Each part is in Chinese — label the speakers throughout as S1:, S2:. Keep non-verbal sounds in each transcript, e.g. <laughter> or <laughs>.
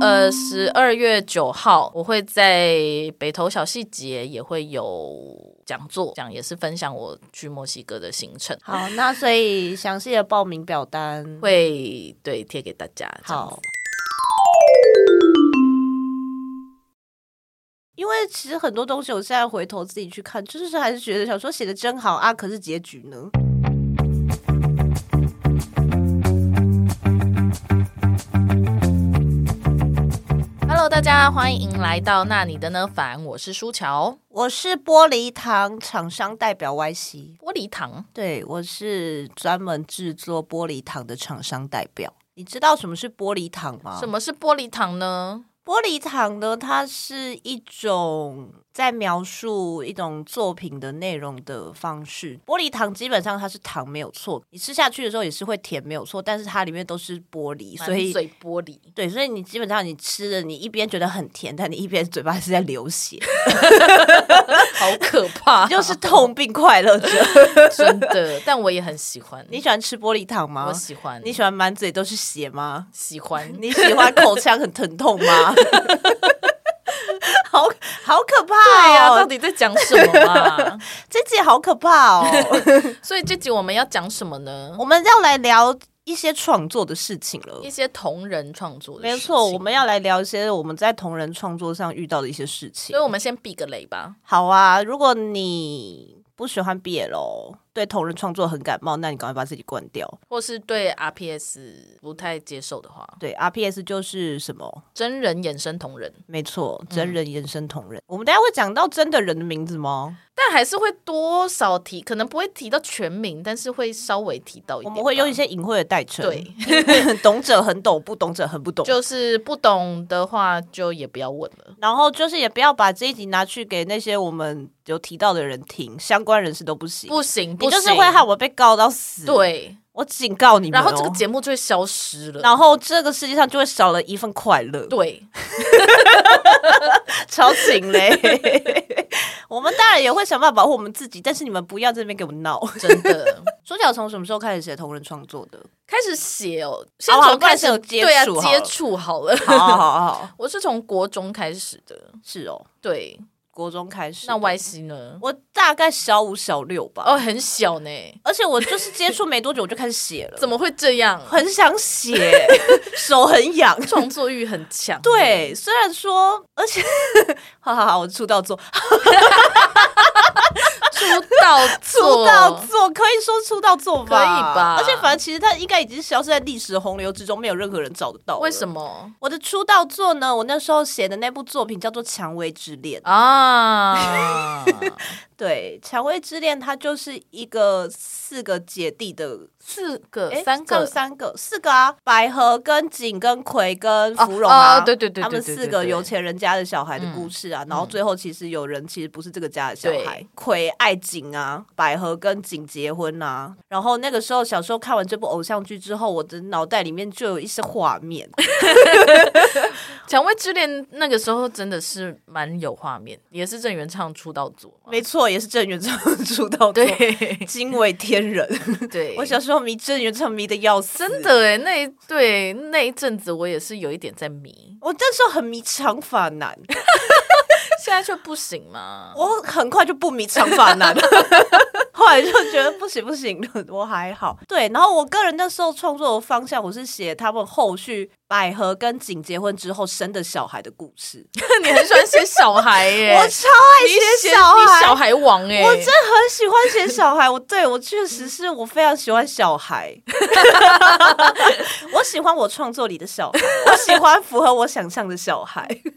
S1: 呃，十二月九号我会在北投小细节也会有讲座，讲也是分享我去墨西哥的行程，
S2: 好，那所以详细的报名表单
S1: 会对贴给大家。这样子
S2: 好。因为其实很多东西，我现在回头自己去看，就是还是觉得想说写的真好啊，可是结局呢？
S1: Hello，大家欢迎来到那你的呢凡，我是舒乔，
S2: 我是玻璃糖厂商代表 YC，
S1: 玻璃糖
S2: 对我是专门制作玻璃糖的厂商代表。你知道什么是玻璃糖吗？
S1: 什么是玻璃糖呢？
S2: 玻璃糖呢？它是一种在描述一种作品的内容的方式。玻璃糖基本上它是糖没有错，你吃下去的时候也是会甜没有错，但是它里面都是玻璃， <laughs> 所以
S1: 满嘴玻璃，
S2: 对，所以你基本上你吃了，你一边觉得很甜，但你一边嘴巴是在流血，
S1: 好可怕，
S2: <laughs>
S1: <laughs>
S2: 就是痛并快乐着。 <laughs>
S1: 真的。但我也很喜欢，
S2: 你喜欢吃玻璃糖吗
S1: 我？喜欢，
S2: 你喜欢满嘴都是血吗？
S1: 喜欢，
S2: 你喜欢口腔很疼痛吗？ <laughs> 好好可怕
S1: 对啊呀、
S2: 哦！
S1: 到底在讲什么
S2: <laughs>
S1: 啊？
S2: 这集好可怕
S1: <laughs>
S2: 哦！
S1: 所以这集我们要讲什么呢？
S2: 我们要来聊一些创作的事情了
S1: 一。些同人创作的
S2: 没
S1: 事情
S2: 错，我们要来聊一些我们在同人创作上遇到的一些事情
S1: 所以。我们先避个雷吧。
S2: 好啊，如果你不喜欢 BL，对同人创作很感冒，那你赶快把自己关掉。
S1: 或是对 RPS 不太接受的话，
S2: 对，RPS 就是什么？
S1: 真人衍生同人，
S2: 没错，
S1: 嗯
S2: 真人延伸同人。我们等一下会讲到真的人的名字吗？
S1: 但还是会多少提，可能不会提到全名，但是会稍微提到一点
S2: 我
S1: 吧。
S2: 们会用一些隐晦的代称。
S1: 对，
S2: <laughs> 懂者很懂，不懂者很不懂。
S1: 就是不懂的话就也不要问了。
S2: 然后就是也不要把这一集拿去给那些我们有提到的人听，相关人士都不行。
S1: 不行，不
S2: 你
S1: 行，
S2: 就是会害我被告到死。，
S1: 对，
S2: 我警告你们、哦
S1: 然后这个，节目就会消失了。
S2: 然后这个世界上就会少了一份快乐。
S1: 对，
S2: 超紧嘞！ <laughs> 我们当然也会想办法保护我们自己，但是你们不要这边给我闹。 <laughs>
S1: 真的
S2: 主角从什么时候开始写同人创作的？
S1: 开始写哦，先
S2: 好
S1: 从开始
S2: 开始有接触
S1: 对啊
S2: 好了
S1: 接触好了。
S2: <laughs>
S1: <laughs>
S2: 好好好 <laughs> 好，
S1: 我是从国中开始的，
S2: 是哦，
S1: 对。
S2: 国中开始。
S1: 那 Y C 呢？
S2: 我大概小五小六吧，
S1: 哦，很小呢，
S2: 而且我就是接触没多久我就开始写 <laughs> 了，
S1: 怎么会这样？
S2: 很想写，手很 <laughs> 痒。
S1: 创作欲很强。
S2: <laughs> 对，虽然说，而且， <laughs> 好好好，我出道作，
S1: 出道
S2: 出
S1: 作，
S2: 道作可以说出道作吧，
S1: 可以吧
S2: 而且反正其实它应该已经消失在历史洪流之中，没有任何人找得到了。
S1: 为什么
S2: 我的出道作呢，我那时候写的那部作品叫做《蔷薇之恋》。
S1: 啊？
S2: 对，《蔷薇之恋》它就是一个四个姐弟的，
S1: <laughs> 四个
S2: 诶、
S1: 三
S2: 这样
S1: 个，
S2: 三个，四个啊，百合跟景跟葵跟
S1: 哦
S2: 芙蓉啊，
S1: 哦对对对对
S2: 他们
S1: 对对
S2: 四个
S1: 对嗯
S2: 有钱人家的小孩的故事啊。然后最后其实有人其实不是这个家的小孩
S1: 对，
S2: 葵爱景啊，百合跟景结婚啊。然后那个时候小时候看完这部偶像剧之后，我的脑袋里面就有一些画面，
S1: 《蔷薇之恋》那个时候真的是蛮有画面，也是郑元畅出道作嘛。
S2: 没错，也是郑元畅的出道作。
S1: <laughs> 对
S2: 惊为天人！
S1: <laughs> 对，
S2: 我小时候迷郑元畅迷的要死，
S1: 真。的哎，那一对那一阵子我也是有一点在
S2: <laughs>
S1: 迷，
S2: 我那时候很迷长发男，
S1: 现在却不行嘛。
S2: 我很快就不迷长发男了。 <laughs> 后来就觉得不行不行， <laughs> 我还好。对，然后我个人那时候创作的方向，我是写他们后续百合跟景结婚之后生的小孩的故事。
S1: <laughs> 你很喜欢写小孩耶，
S2: <laughs> 我超爱
S1: 你
S2: 写小
S1: 你
S2: 孩，
S1: 小孩王哎，
S2: 我真的很喜欢写小孩，我对我确实是我非常喜欢小孩， <laughs> 我喜欢我创作里的小孩，我喜欢符合我想象的小孩，不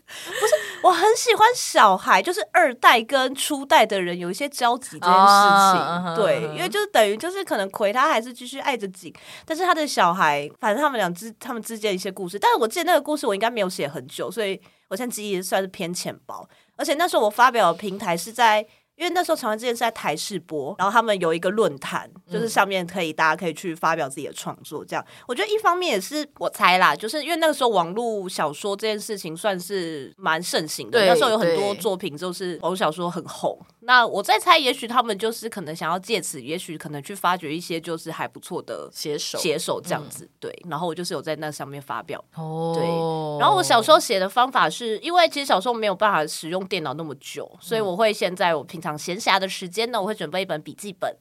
S2: 是我很喜欢小孩，就是二代跟初代的人有一些交集这件事情，
S1: 啊嗯哼
S2: 对，
S1: 嗯哼
S2: 因为就是等于就是可能葵他还是继续爱着景，但是他的小孩，反正他们俩之他们之间的一些故事，但是我记得那个故事我应该没有写很久，所以我现在记忆算是偏浅薄，而且那时候我发表的平台是在因为那时候《长安之恋》是在台视播，然后他们有一个论坛，就是上面可以、大家可以去发表自己的创作。这样，我觉得一方面也是我猜啦，就是因为那个时候网络小说这件事情算是蛮盛行的，
S1: 对
S2: 那时候有很多
S1: 对
S2: 作品就是网络小说很红。那我在猜，也许他们就是可能想要借此，也许可能去发掘一些就是还不错的
S1: 写手
S2: 写手这样子。对，然后我就是有在那上面发表
S1: 哦
S2: 然后我小时候写的方法是，因为其实小时候没有办法使用电脑那么久，所以我会现在我平常闲暇的时间呢，我会准备一本笔记本。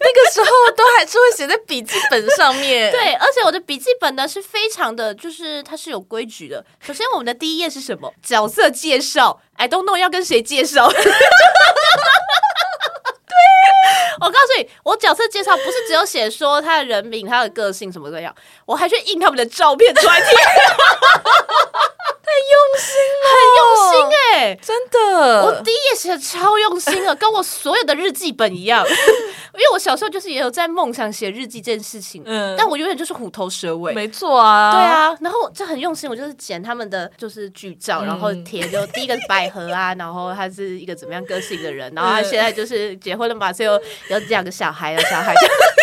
S1: 那个时候都还是会写在笔记本上面，
S2: <laughs> 对，而且我的笔记本呢是非常的，就是它是有规矩的。首先，我们的第一页是什么？角色介绍。I don't know 要跟谁介绍。 <laughs> 对，我告诉你，我角色介绍不是只有写说他的人名、他的个性什么这样，我还去印他们的照片出来贴，
S1: 很啊
S2: 用心，哎、
S1: 真的，
S2: 我第一页写的超用心了，跟我所有的日记本
S1: <laughs>
S2: 一样，因为我小时候就是也有在梦想写日记这件事情，
S1: 嗯
S2: 但我永远就是虎头蛇尾。
S1: 没错啊，
S2: 对，啊，然后这很用心，我就是剪他们的就是剧
S1: 嗯
S2: 照，然后贴就第一个是百合啊， <laughs> 然后他是一个怎么样个性的人，然后他现在就是结婚了嘛，所以有有两个小孩了，小孩。 <laughs>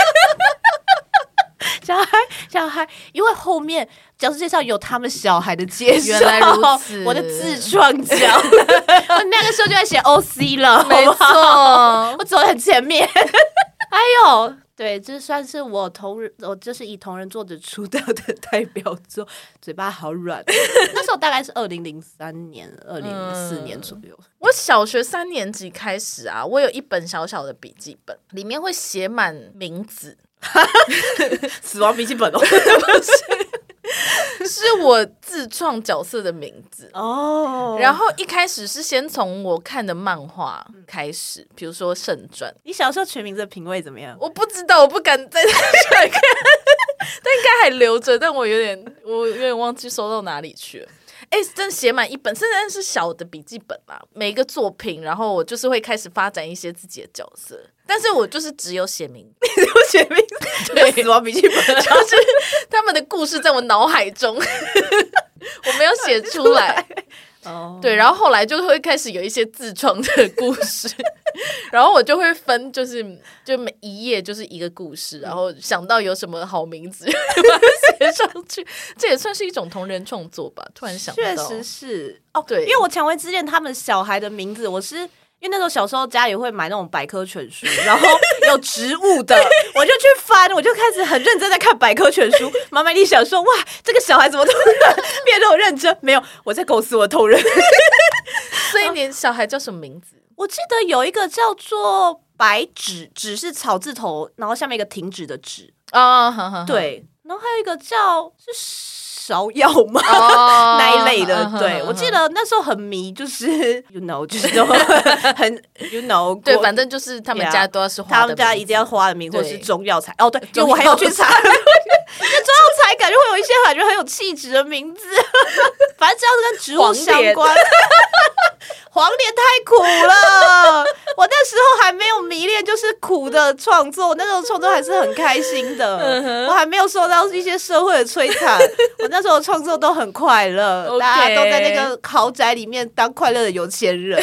S2: 小孩，小孩，因为后面角色介绍有他们小孩的介绍，
S1: 原来如此
S2: <laughs> 我的自创角， <laughs> 我那个时候就在写 OC 了，
S1: 没
S2: 好不好
S1: 错， <laughs>
S2: 我走得很前面。 <laughs> 哎呦，对，这算是我同人，我就是以同人作者出道的代表作，嘴巴好软。哦 <laughs> 那时候大概是二零零三年、二零零四年左右。
S1: 我小学三年级开始啊，我有一本小小的笔记本，里面会写满名字，
S2: <laughs> 死亡笔记本哦。 <laughs>
S1: 是我自创角色的名字。
S2: 哦，然
S1: 然
S2: 后
S1: 后一开始是先从我看的漫画开始，比如说《圣传》，
S2: 你小时候取名字的品味怎么样？
S1: 我不知道，我不敢再看，但应该还留着，但我有点，我有点忘记收到哪里去了。哎、真写满一本，虽然是小的笔记本啦，每一个作品，然后我就是会开始发展一些自己的角色，但是我就是只有写名字，
S2: 我取名字 <laughs> 对死亡笔记本，
S1: 就是他们的故事在我脑海中， <laughs> 我没有写出来。
S2: 哦，
S1: 对，然后后来就会开始有一些自创的故事， <laughs> 然后我就会分，就是就每一页就是一个故事，然后想到有什么好名字 <laughs> 把它写上去，这也算是一种同人创作吧。突然想到，
S2: 确实是哦，
S1: 对
S2: 因为我《蔷薇之恋》他们小孩的名字，我是因为那时候小时候家里会买那种百科全书，然后有植物的， <laughs> 我就去翻，我就开始很认真在看百科全 <laughs> 书。妈妈一定想说，哇，这个小孩怎么突然变得那么认真？没有，我在构思我的同人。
S1: 所以你小孩叫什么名字？
S2: <laughs> 我记得有一个叫做白纸，纸是草字头，然后下面一个停止的止，
S1: 啊，哈哈，
S2: 对，然后还有一个叫是芍药 <laughs> 吗？
S1: 哦
S2: 那一类的。
S1: 嗯
S2: 对，我记。得那时候很迷，就是 <laughs> you know，就是那种很 you know，
S1: 对，
S2: 国
S1: 反正就是他们
S2: Yeah，
S1: 家都要是花的
S2: 啊他们家
S1: 名
S2: 一定要花的名或者是
S1: 对
S2: 中药材。哦，对，因
S1: 中
S2: 为我还
S1: 药
S2: 有去查， <laughs> 因为中药材感觉会有一些感觉很有气质的名字， <laughs> 反正只要是跟植物
S1: 黄
S2: 相
S1: 连
S2: 关。 <laughs> 黄连太苦了，我那时候还没有迷恋，就是苦的创作，那时候创作还是很开心
S1: <laughs> 嗯
S2: 的，我还没有受到一些社会的摧残，我那时候创作都很快乐
S1: OK
S2: 大家都在那个豪宅里面当快乐的有
S1: <laughs>
S2: 钱人。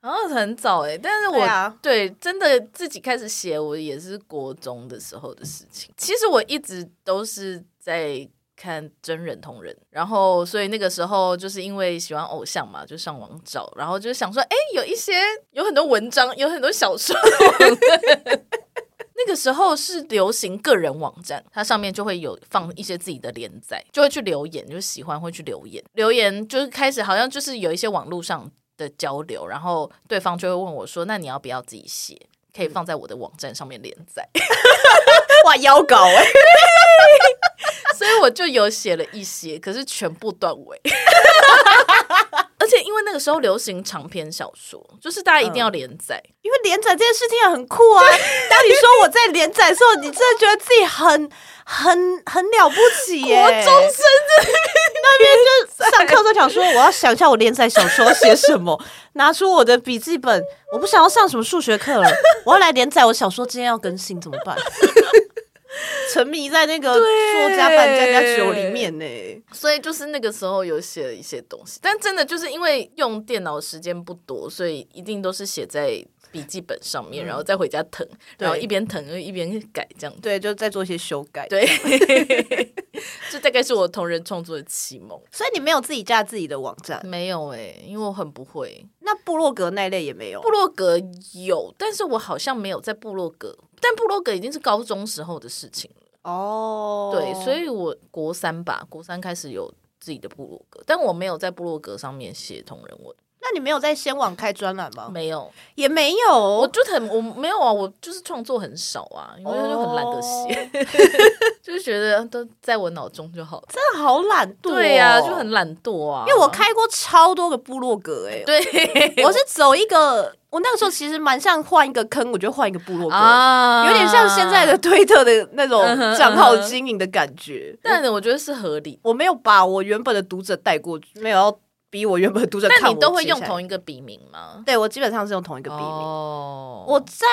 S1: 然后很早哎、但是我
S2: 对啊
S1: 对真的自己开始写，我也是国中的时候的事情。其实我一直都是在看真人同人，然后所以那个时候就是因为喜欢偶像嘛，就上网找，然后就想说，哎，有一些有很多文章，有很多小说。那个时候是流行个人网站，它上面就会有放一些自己的连载，就会去留言，就是喜欢会去留言，留言就是开始好像就是有一些网络上的交流，然后对方就会问我说：“那你要不要自己写？可以放在我的网站上面连载。
S2: 哇，妖稿
S1: 欸
S2: 哎、
S1: 所以我就有写了一些，可是全部断尾。而且因为那个时候流行长篇小说，就是大家一定要连载，
S2: 因为连载这件事情也很酷 <laughs> 啊！当你说我在连载的时候，你真的觉得自己很、很、很了不起耶！
S1: 国中生
S2: 就上课都想说，我要想一下我连载小说要写什么， <laughs> 拿出我的笔记本， <laughs> 我不想要上什么数学课了，我要来连载我小说，今天要更新怎么办？沉迷在那个作家扮家家酒里面呢、
S1: 所以就是那个时候有写了一些东西，但真的就是因为用电脑时间不多，所以一定都是写在笔记本上面，然后再回家誊，然后一边誊就一边改这样子。
S2: 对，就再做一些修改。，
S1: 对， <laughs> 这大概是我同人创作的启蒙。
S2: 所以你没有自己架自己的网站，
S1: 没有哎、因为我很不会
S2: 那部落格那一类也没有
S1: 部。落格有，但是我好像没有在部落格，但部落格已经是高中时候的事情了。
S2: 哦，
S1: 对，所以我国三吧，国三开始有自己的部落格，但我没有在部落格上面写同人文，
S2: 那你没有在先网开专栏吗？
S1: 没有。
S2: 也没
S1: 我
S2: 有，
S1: 就很我没有啊，我就是创作很少啊，因为就很懒得写，
S2: 哦，
S1: <laughs> 就是觉得都在我脑中就好了。
S2: 真的好懒惰、哦
S1: 对呀、就很。懒惰啊。
S2: 因为我开过超多个部落格、欸，
S1: 对
S2: <laughs> 我是走一个，我那个时候其实蛮像换一个坑，我就换一个部落格，
S1: 啊
S2: 有点像现在的，推特的那种
S1: 嗯哼
S2: 账号
S1: 嗯哼
S2: 经营的感觉。
S1: 但我觉得是合理。
S2: 我没有把我原本的读者带过去，没有要逼我原本的读者看
S1: <laughs> 但
S2: 我
S1: 你都会
S2: 接
S1: 用
S2: 下来
S1: 同一个笔名吗？
S2: 对我基本上是用同一个笔名。
S1: 哦
S2: 我在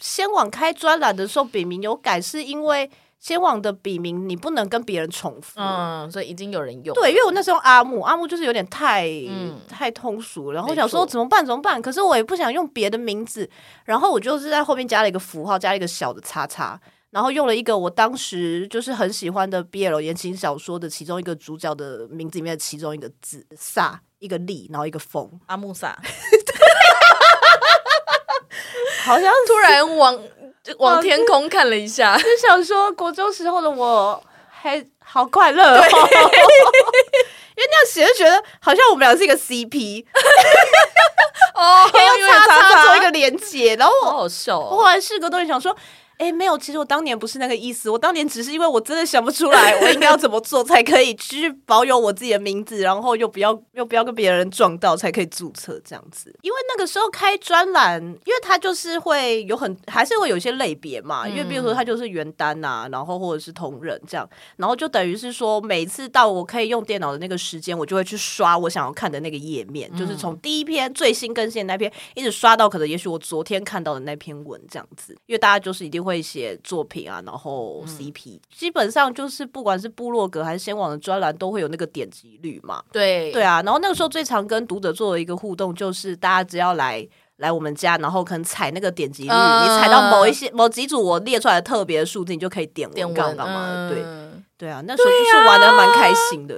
S2: 先网开专栏的时候，笔名有改，是因为先网的笔名你不能跟别人重复。
S1: 嗯，所以已经有人用。
S2: 对，因为我那时候用阿木，阿木就是有点太、
S1: 嗯
S2: 太通俗，然后
S1: 没
S2: 我想说
S1: 错
S2: 怎么办怎么办？可是我也不想用别的名字，然后我就是在后面加了一个符号，加了一个小的叉叉，然后用了一个我当时就是很喜欢的 BL 言情小说的其中一个主角的名字里面的其中一个字“飒”，一个“力”，然后一个“风
S1: 阿木萨”，
S2: <laughs> 好像
S1: 突然往往天空看了一
S2: <laughs>
S1: 下，
S2: 就想说，国中时候的我还好快乐、 <laughs> 哦，因为那样写就觉得好像我们俩是一个 CP，
S1: 哦，
S2: 要叉叉做一个连接，然后
S1: 好
S2: 我
S1: 好笑
S2: 我
S1: 哦。
S2: 后来事隔多年想说。哎、没有，其实我当年不是那个意思，我当年只是因为我真的想不出来，我应该要怎么做才可以继续保有我自己的名字，然后又不要又不要跟别人撞到，才可以注册这样子。因为那个时候开专栏，因为它就是会有很还是会有一些类别嘛，因为比如说它就是原单呐、然后或者是同人这样，然后就等于是说每次到我可以用电脑的那个时间，我就会去刷我想要看的那个页面，就是
S1: 嗯
S2: 从第一篇最新更新的那篇一直刷到可能也许我昨天看到的那篇文这样子，因为大家就是一定会写作品啊，然
S1: 嗯
S2: 后 CP，、基本上就是不管是部落格还是先网的专栏都会有那个点击率嘛，
S1: 对
S2: 对啊，然后那个时候最常跟读者做的一个互动就是大家只要来。来我们家，然后可能踩那个点击率，
S1: 嗯
S2: 你踩到某一些某几组我列出来的特别的数字，你就可以点
S1: 点
S2: 文
S1: 文
S2: 干嘛干嘛的，对。
S1: 嗯
S2: 对啊，那时候就是玩的蛮开心的。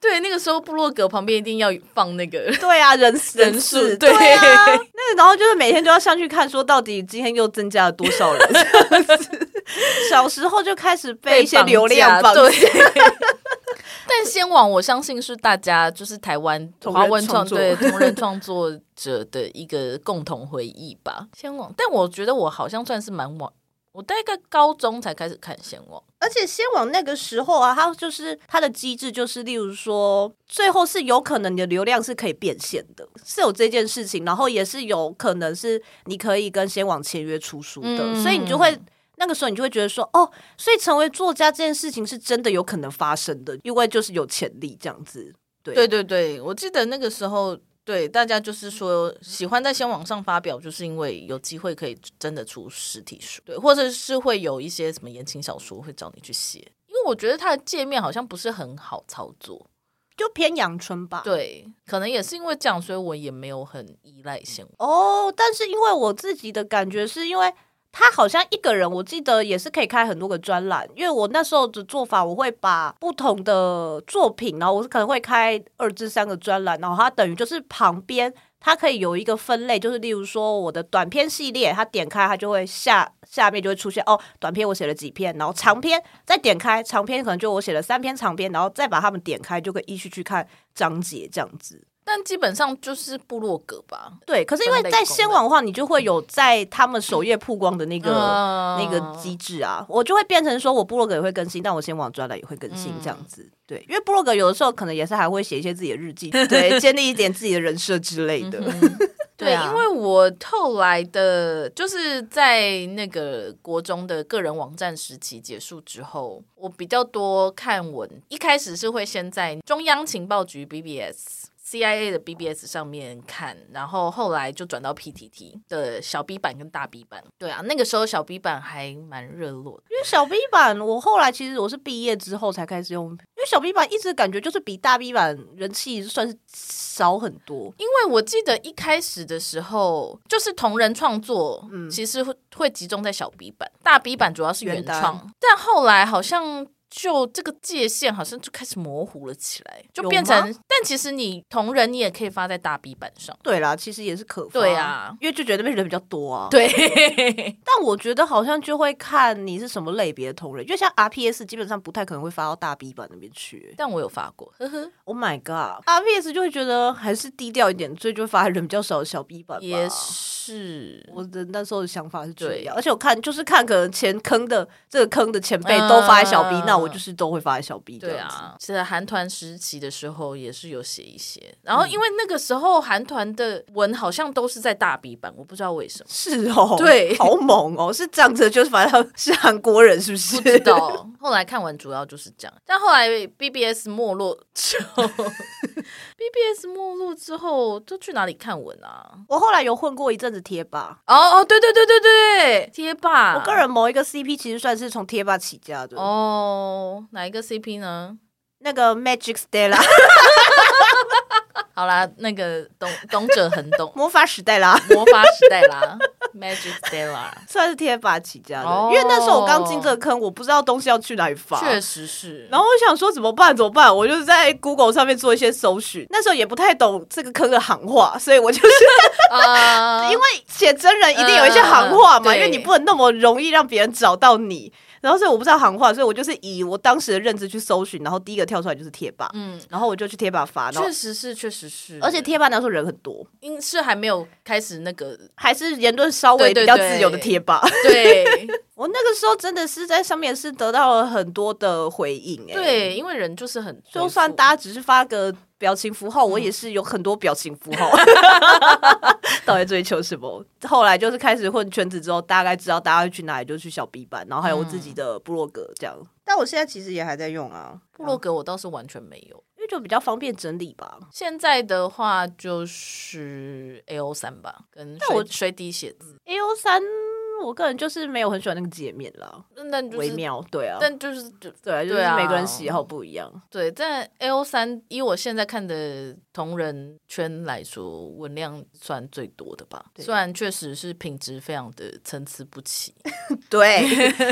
S1: 对，那个时候部落格旁边一定要放那个，
S2: 对啊，人
S1: 人数
S2: 事
S1: 对
S2: 对啊，那然后就是每天都要上去看，说到底今天又增加了多少人。 <laughs> 小时候就开始被一些流量
S1: 绑
S2: 绑
S1: 架
S2: 架，
S1: 对。 <laughs> 但先网我相信是大家就是台湾
S2: 同人
S1: 华文创
S2: 创作
S1: 对同人创作者的一个共同回忆吧。先网，但我觉得我好像算是蛮晚，我大概高中才开始看先网。
S2: 而且先往那个时候啊，它就是它的机制就是，例如说，最后是有可能你的流量是可以变现的，是有这件事情，然后也是有可能是你可以跟先往签约出书的，
S1: 嗯
S2: 所以你就会。那个时候你就会觉得说，哦，所以成为作家这件事情是真的有可能发生的，因为就是有潜力这样子。对
S1: 对对对，我记得那个时候，对大家就是说喜欢在先网上发表，就是因为有机会可以真的出实体书，对，或者是会有一些什么言情小说会找你去写，因为我觉得它的界面好像不是很好操作。
S2: 就偏阳春吧。
S1: 对，可能也是因为这样，所以我也没有很依赖新闻。
S2: 哦，但是因为我自己的感觉是因为。他好像一个人，我记得也是可以开很多个专栏，因为我那时候的做法，我会把不同的作品，然后我可能会开二至三个专栏，然后它等于就是旁边它可以有一个分类，就是例如说我的短篇系列，它点开它就会下下面就会出现哦，短篇我写了几篇，然后长篇再点开长篇可能就我写了三篇长篇，然后再把它们点开就可以依序去看章节这样子。
S1: 但基本上就是部落格吧，
S2: 对，可是因为
S1: 分类
S2: 在
S1: 功
S2: 先
S1: 能
S2: 网的话，你就会有在他们首页曝光的那个、
S1: 嗯
S2: 那个机制啊，我就会变成说我部落格也会更新，但我先网专栏也会更
S1: 嗯
S2: 新这样子。对，因为部落
S1: <laughs>
S2: 格有的时候可能也是还会写一些自己的日记，对，建立一点自己的人设之类的。
S1: 嗯对，
S2: 啊
S1: 因为我后来的，就是在那个国中的个人网站时期结束之后，我比较多看文。一开始是会先在中央情报局 BBS。CIA 的 BBS 上面看，然后后来就转到 PTT 的小 B 版跟大 B 版。对啊，那个时候小 B 版还蛮热络的。
S2: 因为小 B 版，我后来其实我是毕业之后才开始用，因为小 B 版一直感觉就是比大 B 版人气算是少很多。
S1: 因为我记得一开始的时候，就是同人创作，其实会会集中在小 B 版，大 B 版主要是原
S2: 原
S1: 创
S2: 单，
S1: 但后来好像。就这个界限好像就开始模糊了起来，就
S2: 有
S1: 变成，
S2: 吗
S1: 但其实你同人你也可以发在大 B 版上，
S2: 对啦，其实也是可发
S1: 对啊，
S2: 因为就觉得那边人比较多啊。，
S1: 对，
S2: 但我觉得好像就会看你是什么类别的同人，因为像 RPS 基本上不太可能会发到大 B 版那边去。
S1: <laughs> 但我有发过，呵呵，
S2: Oh my god，RPS 就会觉得还是低调一点，所以就会发人比较少的小 B 版
S1: <laughs>
S2: 吧。
S1: 也是，
S2: 我的那时候的想法是这
S1: 对
S2: 样，而且我看就是看可能前坑的这个坑的前辈都发在小 B，、
S1: 嗯
S2: 那我就是都会发在小 B 这
S1: 对
S2: 样子。
S1: 啊，其实韩团时期的时候也是有写一些，然后因为那个时候韩团的文好像都是在大 B 版，我不知道为什么。
S2: 是哦，
S1: 对
S2: <laughs> 好猛哦，是这样子，就是反正他们是韩国人，是不是？
S1: 不知道。 <laughs> 后来看完主要就是这样，但后来 BBS 没落之
S2: <laughs>
S1: 后，BBS 没落之后都去哪里看文啊？
S2: <laughs> 我后来有混过一阵子贴吧，
S1: 哦哦，对对对对对，贴吧。
S2: 我个人某一个 CP 其实算是从贴吧起家的，
S1: 啊哦，哪一个 CP 呢？
S2: 那个 Magic Stella，
S1: 好啦，那个懂懂者很懂 <laughs>
S2: 魔法史黛拉。
S1: 魔法时代啦，Magic Stella，
S2: <laughs> 算是贴吧起家的，
S1: 哦
S2: 因为那时候我刚进这个坑，我不知道东西要去哪里发，
S1: 确实是。
S2: <laughs> 然后我想说怎么办？怎么办？我就在 Google 上面做一些搜寻，那时候也不太懂这个坑的行话，所以我就是
S1: <laughs> 啊，
S2: 因为写真人一定有一些行话嘛，
S1: 嗯
S2: 因为你
S1: 对
S2: 不能那么容易让别人找到你。然后所以我不知道行话，所以我就是以我当时的认知去搜寻，然后第一个跳出来就是贴吧，
S1: 嗯，
S2: 然后我就去贴吧发，然后
S1: 确实是，确实是，
S2: 而且贴吧那时候人很多，
S1: 因是还没有开始那个，
S2: 还是言论稍微
S1: 对对
S2: 比较
S1: 对
S2: 自由的贴吧。
S1: 对
S2: <laughs> 我那个时候真的是在上面是得到了很多的回应、欸，
S1: 对，因为人就是很，
S2: 就算大家只是发个表情符号，我也是有很多表情符 <laughs> 号。到底追求什么？后来就是开始混圈子之后，大概知道大家会去哪里，就去小 B 版，然后还有我自己的部落格这样。嗯但我现在其实也还在用啊，
S1: 部落格我倒是完全没有。
S2: 因为就比较方便整理吧。
S1: 现在的话就是 A O 三吧，跟
S2: 但
S1: 水
S2: 我
S1: 水底写字，
S2: A O 三，我个人就是没有很喜欢那个界面啦，
S1: 那就
S2: 微
S1: 是，
S2: 妙，对啊。
S1: 但就是就
S2: 对啊，就
S1: 对
S2: 是
S1: 啊
S2: 每个人喜好不一样。
S1: 对，但 A O 三以我现在看的同人圈来说，文量算最多的吧。
S2: 对
S1: 虽然确实是品质非常的层次不齐， <laughs>
S2: 对，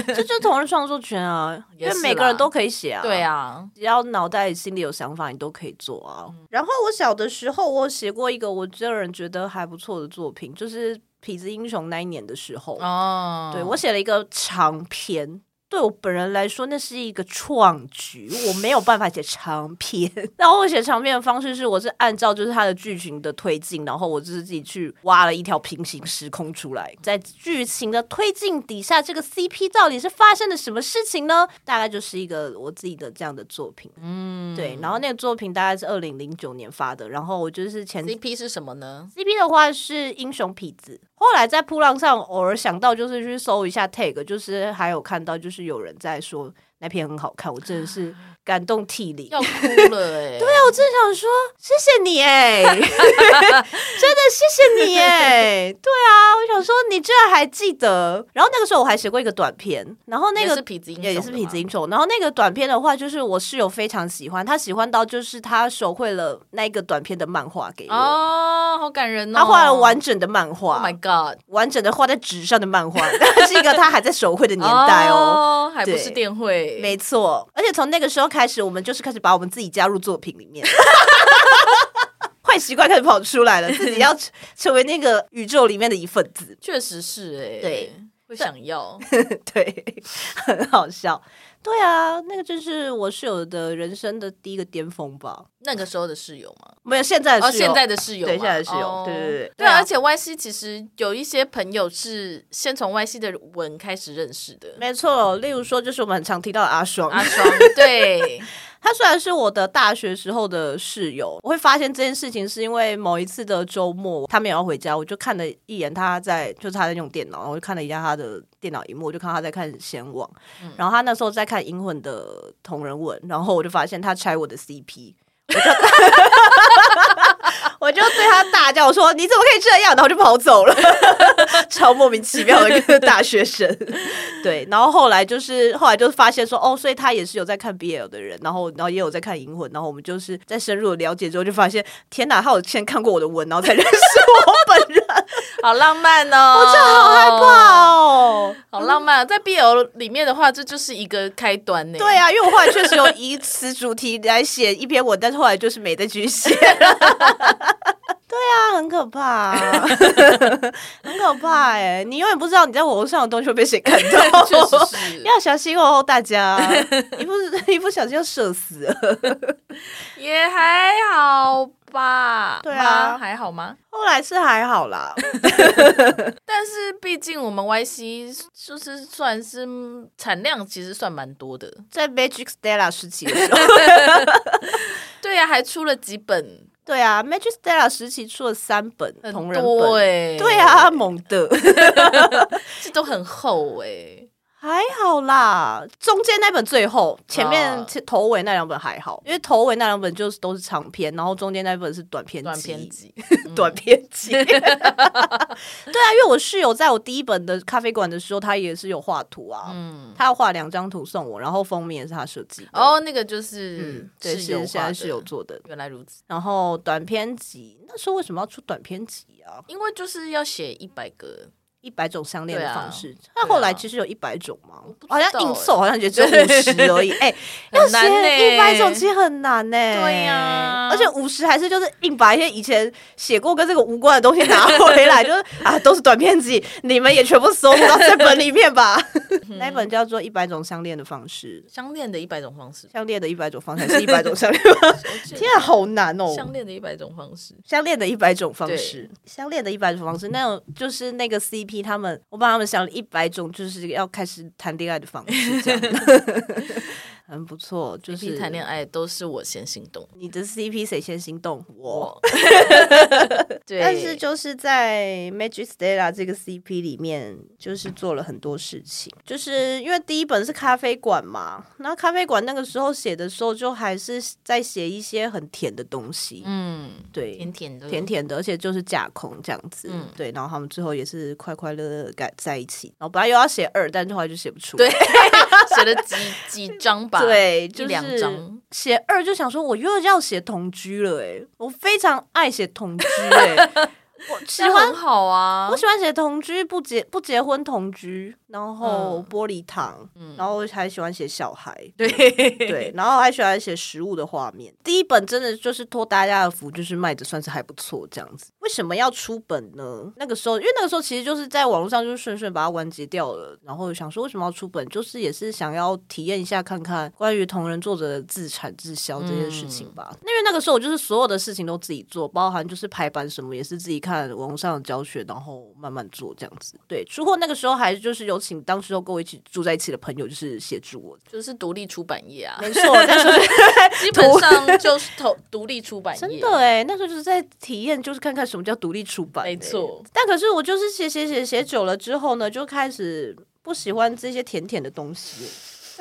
S2: 这就是同人创作权啊，因
S1: 也
S2: 为
S1: 是
S2: 每个
S1: 啦
S2: 人都可以写
S1: <laughs>
S2: 啊。
S1: 对啊，
S2: 只要脑袋心里有想法，你都可以做啊。
S1: 嗯
S2: 然后我小的时候，我有写过一个我个人觉得还不错的作品，就是《痞子英雄》那一年的时候，
S1: 哦，
S2: 对我写了一个长篇。对我本人来说，那是一个创举，我没有办法写长篇。 <laughs> 然后我写长篇的方式是，我是按照就是它的剧情的推进，然后我就是自己去挖了一条平行时空出来，在剧情的推进底下，这个 CP 到底是发生了什么事情呢？大概就是一个我自己的这样的作品。嗯，对。然后那个作品大概是二零零九年发的，然后我就是前
S1: CP 是什么呢？
S2: CP 的话是英雄痞子，后来在扑浪上偶尔想到，就是去搜一下 tag，就是还有看到就是有人在说那篇很好看，我真的是感动涕零。
S1: 要哭 <laughs> 了哎、对
S2: 对，我真的想说谢谢你
S1: <laughs>
S2: 哎、真的谢谢你哎、对啊，我想说你居然还记得。然后那个时候我还写过一个短片，然后那
S1: 也
S2: 个
S1: 是痞子英雄的
S2: 也
S1: 吗，
S2: 是痞子英雄。然后那个短片的话，就是我室友非常喜欢，他喜欢到就是他手绘了那个短片的漫画给我。
S1: 哦，好感人哦！
S2: 他画了完整的漫画
S1: ，Oh my God，
S2: 完整的画在纸上的漫画， <laughs> 那是一个他还在手绘的年代哦。
S1: 哦，还不是
S2: 对
S1: 电绘，
S2: 没错，而且从那个时候开始，我们就是开始把我们自己加入作品里
S1: <laughs>
S2: 面，坏习惯开始跑出来
S1: <laughs>
S2: 了，自己要成成为那个宇宙里面的一份子，
S1: 确实是哎、
S2: 对，
S1: 会想要，
S2: 对，很好笑。对啊，那个就是我室友的人生的第一个巅峰吧。
S1: 那个时候的室友
S2: <laughs>
S1: 嘛，
S2: 没有现在的
S1: 哦，
S2: 室友，
S1: 现在的室友嘛，
S2: 对现在的室友
S1: 哦
S2: 对对对
S1: 对
S2: 对啊
S1: 而且 YC 其实有一些朋友是先从 YC 的文开始认识的，
S2: 没错，例如说就是我们很常提到的阿爽， <laughs>
S1: 阿双，对，
S2: 他虽然是我的大学时候的室友，我会发现这件事情是因为某一次的周末，他没有要回家，我就看了一眼他在，就是他在用电脑，然后我就看了一下他的电脑荧幕，我就看他在看闲网，然后他那时候在看英魂的同人文，然后我就发现他拆我的 CP，我就我就对他大叫我说：“你怎么可以这样？”然后我就跑走了。 <laughs> 超莫名其妙的一个大学生。对，然后后来就是后来就发现说，哦，所以他也是有在看 BL 的人，然后然后也有在看《银魂》，然后我们就是在深入的了解之后，就发现天哪，他有先看过我的文，然后才认识我本 <laughs> 人，
S1: 好浪漫哦！我
S2: 真的好害怕，哦。
S1: 好浪漫、啊在 BL 里面的话，这就是一个开端欸呢。
S2: 对啊，因为我后来确实有以此主题来写一篇文，但是后来就是没再继续写了。 <laughs> 对啊，很可怕、 <laughs> 很可怕哎、你永远不知道你在网络上的东西会被谁看到， <laughs>
S1: 确实是
S2: 要小心哦，大家，一不 <laughs> 一不小心要射死了。
S1: 也还好吧？
S2: 对啊
S1: 吗还好吗？
S2: 后来是还
S1: <laughs>
S2: 好啦，
S1: 但是毕竟我们 YC 就是算是嗯产量其实算蛮多的，
S2: 在 Magic Stella 时期的
S1: <laughs>
S2: 时候，
S1: 对呀、啊还出了几本
S2: 对啊，Magic Stella 时期出了三本
S1: 很
S2: 同人
S1: 多
S2: 本，
S1: 哎、
S2: 对，啊，猛的。
S1: 这都很厚哎、
S2: 还好啦，中间那本最厚，前面
S1: 啊
S2: 其头尾那两本还好，因为头尾那两本就是都是长篇，然后中间那本是短篇集
S1: 短篇
S2: <laughs>
S1: 集，嗯
S2: 短篇
S1: <laughs>
S2: 集。对啊，因为我室友在我第一本的咖啡馆的时候，他也是有画图啊，
S1: 嗯，
S2: 他要画两张图送我，然后封面也是他设计的。
S1: 哦，那个就是、
S2: 嗯，对，
S1: 室友
S2: 是现在
S1: 画
S2: 室
S1: 的
S2: 友做的。
S1: 原来如此，
S2: 然后短篇集，那时候为什么要出短篇集啊？
S1: 因为就是要写一百个，
S2: 一百种相恋的
S1: 对啊
S2: 方式，
S1: 啊
S2: 那后来其实有一百种嘛，
S1: 知道
S2: 好像硬凑，好像觉得只有五
S1: 对
S2: 十
S1: <laughs>
S2: 而已。哎，要
S1: 很难
S2: 写一百
S1: 呢
S2: 种其实很难呢。
S1: 对呀
S2: 而且五十还是就是硬把一些以前写过跟这个无关的东西拿回来， <laughs> 就是啊，都是短篇集，你们也全部收录到这本里面吧。
S1: 嗯
S2: 那一本叫做《一百种相恋的方式》。
S1: 相恋的一百种方
S2: <laughs>
S1: 式，
S2: 相恋的一百种方式，还是一百种相恋
S1: <laughs>
S2: 方式？天啊，好难哦！
S1: 相恋的一百种方式，
S2: 相恋的一百种方式，相恋的一百种方式，那种就是那个 CP 他们，我帮他们想了一百种，就是要开始谈恋爱的方式，这样很不错。就
S1: 就是是谈恋爱都是我先行动。
S2: 你的 CP 谁先心动？我。，
S1: <laughs> 对，
S2: 但是就是在 Magic Stella 这个 CP 里面，就是做了很多事情，就是因为第一本是咖啡馆嘛，那咖啡馆那个时候写的时候，就还是在写一些很甜的东西，
S1: 嗯，
S2: 对，
S1: 甜甜的，
S2: 甜甜的，而且就是架空这样子，
S1: 嗯
S2: 对。然后他们最后也是快快乐乐地在在一起。然后本来又要写二，但后来就写不出来。
S1: 对， <laughs> 写了几几张吧，，
S2: 对，
S1: 一
S2: 就
S1: 两
S2: 是
S1: 张，
S2: 写二就想说，我又要写同居了、欸，我非常爱写同居、欸，我
S1: <laughs>
S2: 喜
S1: 这
S2: 欢
S1: 很好啊
S2: 我。喜欢写同居，不结不结婚同居，然后
S1: 嗯
S2: 玻璃糖，然后还喜欢写小孩，对对，然后还喜欢写食物的画面。第一本真的就是托大家的福，就是卖的算是还不错这样子。为什么要出本呢？那个时候，因为那个时候其实就是在网络上就是顺顺把它完结掉了，然后想说为什么要出本，就是也是想要体验一下看看关于同人作者的自产自销这件事情吧。因为那个时候我就是所有的事情都自己做，包含就是排版什么也是自己看网络上的教学，然后慢慢做这样子。对，出货那个时候还就是有请当时候跟我一起住在一起的朋友，就是协助我。
S1: 就是独立出版业啊，
S2: 没错，但是
S1: 基本上就是投独立出版业，
S2: 真的哎、那时候就是在体验，就是看看什么叫独立出版、
S1: 没。错，
S2: 但可是我就是写写写写久了之后呢，就开始不喜欢这些甜甜的东西，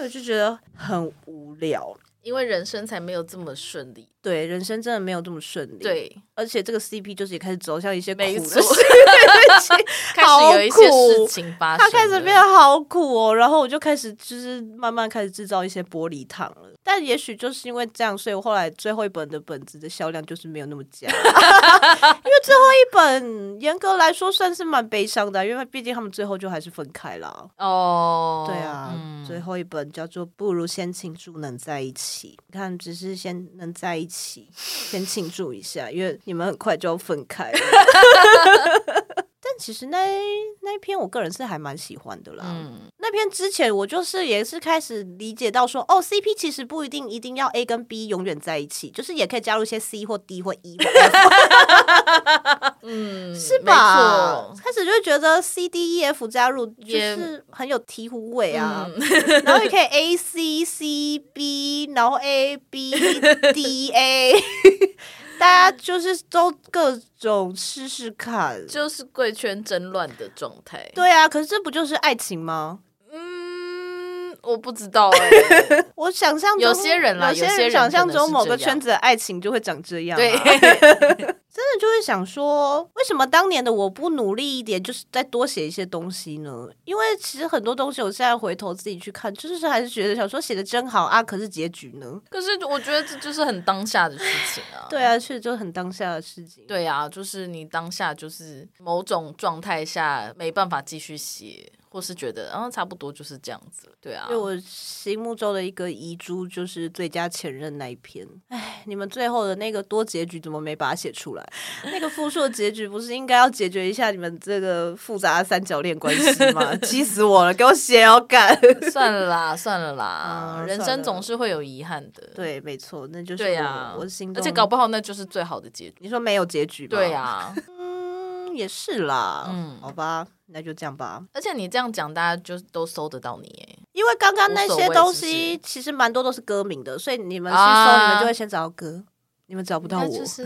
S2: 我就觉得很无聊。
S1: 因为人生才没有这么顺利。
S2: 对，人生真的没有这么顺利。，
S1: 对，
S2: 而且这个 CP 就是也开始走向一些苦
S1: 没
S2: 的
S1: 错 <laughs>
S2: 事
S1: 开始有一些事情发生
S2: 他
S1: 了，
S2: 开始变得好苦哦，然后我就开始就是慢慢开始制造一些玻璃糖了。但也许就是因为这样，所以我后来最后一本的本子的销量就是没有那么
S1: <laughs>
S2: 佳，因为最后一本严格来说算是蛮悲伤的啊，因为毕竟他们最后就还是分开了。啊
S1: 哦，
S2: 对啊，
S1: 嗯
S2: 最后一本叫做《不如先庆祝能在一起》，你看，只是先能在
S1: <laughs> <laughs>
S2: 一起，先庆祝一下，因为你们很快就要分开了。但其实那那一篇我个人是还蛮喜欢的啦。
S1: 嗯，
S2: 那篇之前我就是也是开始理解到说，哦，CP 其实不一定一定要 A 跟 B 永远在一起，就是也可以加入一些 C 或 D 或
S1: <laughs>
S2: E 或 F
S1: 嗯，
S2: 是吧？开始就会觉得 C D E F 加入就
S1: 也
S2: 是很有醍醐味
S1: 没错？
S2: 啊，
S1: 嗯，
S2: <laughs> 然后也可以 A C C B，然后 A B D E A，大家就是都各种试试看。
S1: 就是贵圈争乱的状态。
S2: 对啊，可是这不就是爱情吗？
S1: 嗯，我不知 <laughs> 道哎、
S2: 我想象中
S1: 有些人啦
S2: 有些
S1: 有些人
S2: 想象
S1: 可能
S2: 中
S1: 是
S2: 某个
S1: 这样
S2: 圈子的爱情就会长这样、啊。
S1: 对， <laughs>
S2: 真的就会想说，为什么当年的我不努力一点，就是再多写一些东西呢？因为其实很多东西我现在回头自己去看，就是还是觉得想说写的真好啊，可是结局呢？
S1: 可是我觉得这就是很当下的事情啊。
S2: 对啊，是就很当下的事情。
S1: 对啊，就是你当下就是某种状态下没办法继续写，或是觉得啊差不多就是这样子。对啊
S2: 因为，我心目中的一个遗珠就是《最佳前任》那一篇。哎，你们最后的那个多结局怎么没把它写
S1: <laughs>
S2: 出来？那个复述的结局不是应该要解决一下你们这个复杂的三角恋关系
S1: <laughs>
S2: 吗？气死我了，给我写哦，干！ <laughs>
S1: 算了啦，算了啦，
S2: 嗯
S1: 人
S2: 算
S1: 生
S2: 了
S1: 总是会有遗憾的。
S2: 对，没错，那就是
S1: 对
S2: 我、
S1: 呀、
S2: 我心中。
S1: 而且搞不好那就是最好的结局。
S2: 你说没有结局吗？
S1: 对、啊，
S2: 嗯，也是啦。
S1: 嗯
S2: 好吧，那就这样吧。
S1: <laughs> 而且你这样讲，大家就都搜得到你耶。
S2: 因为刚刚那些东
S1: 无所谓
S2: 西
S1: 是
S2: 其实蛮多都是歌名的，所以你们去搜，
S1: 啊
S2: 你们就会先找到歌，你们找不到
S1: 那
S2: 我，
S1: 就是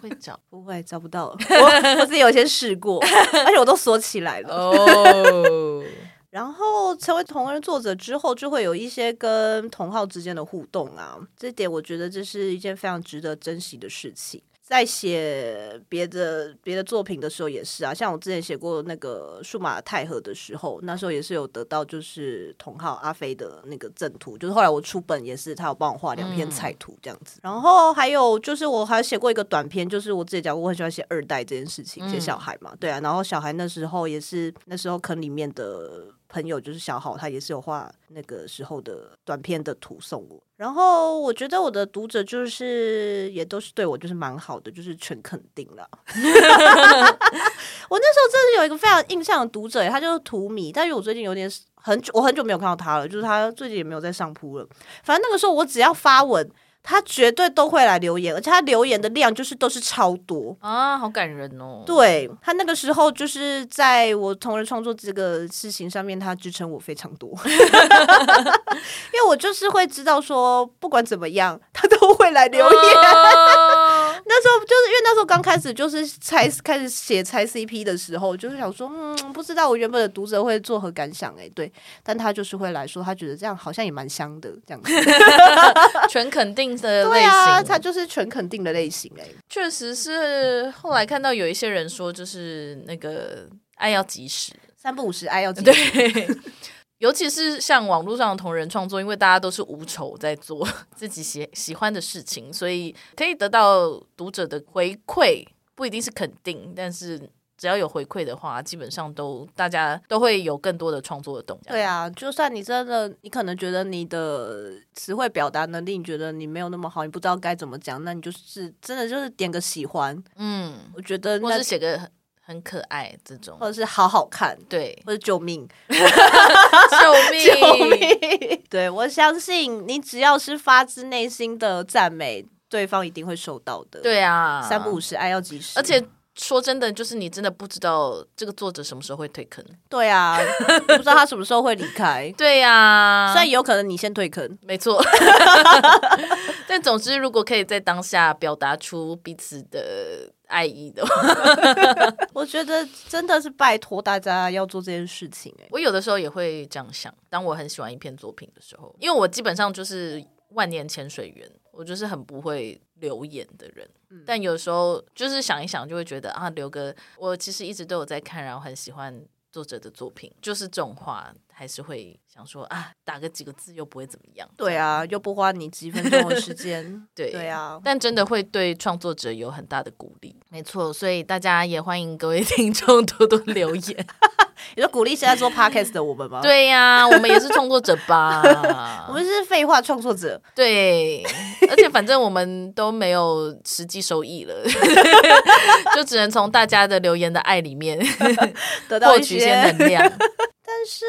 S1: 会
S2: <laughs>
S1: 找 <laughs>
S2: 不会找不到。我我自己有先试过，而且我都锁起来了。
S1: 哦。
S2: 然后成为同人作者之后，就会有一些跟同号之间的互动啊，这点我觉得这是一件非常值得珍惜的事情。在写别的别的作品的时候也是啊，像我之前写过那个数码太和的时候，那时候也是有得到就是同号阿飞的那个赠图，就是后来我出本也是他有帮我画两篇
S1: 嗯
S2: 彩图这样子。然后还有就是我还写过一个短篇，就是我自己讲过我很喜欢写二代这件事情，写
S1: 嗯
S2: 小孩嘛，对啊。然后小孩那时候也是那时候坑里面的朋友就是小好，他也是有画那个时候的短片的图送我。然后我觉得我的读者就是也都是对我就是蛮好的，就是全肯定了。 <laughs> 我那时候真的有一个非常印象的读者，欸他就是图迷，但是我最近有点很久，我很久没有看到他了，就是他最近也没有在上铺了。反正那个时候我只要发文，他绝对都会来留言，而且他留言的量就是都是超多。
S1: 啊，好感人哦。
S2: 对他那个时候就是在我同人创作这个事情上面，他支撑我非常多， <laughs> 因为我就是会知道说，不管怎么样，他都会来留言。
S1: 言。
S2: <laughs> 那时候就是因为那时候刚开始就是拆开始写拆 CP 的时候，就是想说，嗯，不知道我原本的读者会作何感想哎、对，但他就是会来说，他觉得这样好像也蛮香的这样子，
S1: 全啊肯定的类
S2: <laughs> 对啊，他
S1: 型，
S2: 就是全肯定的类型哎、
S1: 确实是后来看到有一些人说，就是那个爱要及时，
S2: 三不五十爱要对
S1: 对， <laughs> 尤其是像网络上的同人创作，因为大家都是无酬在做 <laughs> 自己喜喜欢的事情，所以可以得到读者的回馈，不一定是肯定，但是只要有回馈的话，基本上都大家都会有更多的创作的动力。
S2: 对啊，就算你真的，你可能觉得你的词汇表达能力，你觉得你没有那么好，你不知道该怎么讲，那你就是真的就是点个喜欢，
S1: 嗯，
S2: 我觉得
S1: 或
S2: 那哦
S1: 是写个很很可爱这种
S2: 或，者是好好看，，
S1: 对
S2: 或者救命，
S1: <laughs> 救命！
S2: <laughs> 救命！对我相信你，只要是发自内心的赞美，对方一定会收到的。，
S1: 对啊，
S2: 三不五时，爱要及时。
S1: 而且。说真的，就是你真的不知道这个作者什么时候会退坑。
S2: 对啊，不知道他什么时候会离
S1: <laughs>
S2: 开，
S1: 对呀、啊
S2: 虽然有可能你先退坑。
S1: 没错， <laughs> 但总之，如果可以在当下表达出彼此的爱意的话， <laughs>
S2: 我觉得真的是拜托大家要做这件事情、欸，
S1: 我有的时候也会这样想。当我很喜欢一篇作品的时候，因为我基本上就是万年潜水员，我就是很不会留言的人。
S2: 嗯
S1: 但有时候就是想一想，就会觉得啊，留个我其实一直都有在看，然后很喜欢作者的作品，就是这种话，还是会想说啊，打个几个字又不会怎么样。
S2: 对啊，又不花你几分钟的时间
S1: <laughs> 。对
S2: 对啊，
S1: 但真的会对创作者
S2: <laughs>
S1: 有很大的鼓励。没错，所以大家也欢迎各位听众多多留言。
S2: 你说鼓励现在做 podcast 的我们吗？，
S1: <laughs> 对呀、我们也是创作者吧
S2: 我？ <laughs> 们是废话创作者，
S1: 对，而且反正我们都没有实际收益
S2: <laughs>
S1: 了，就只能从大家的留言的爱里面
S2: 得到
S1: 获
S2: 一
S1: 取一些
S2: 些。
S1: 能
S2: <laughs>
S1: 量。
S2: 但是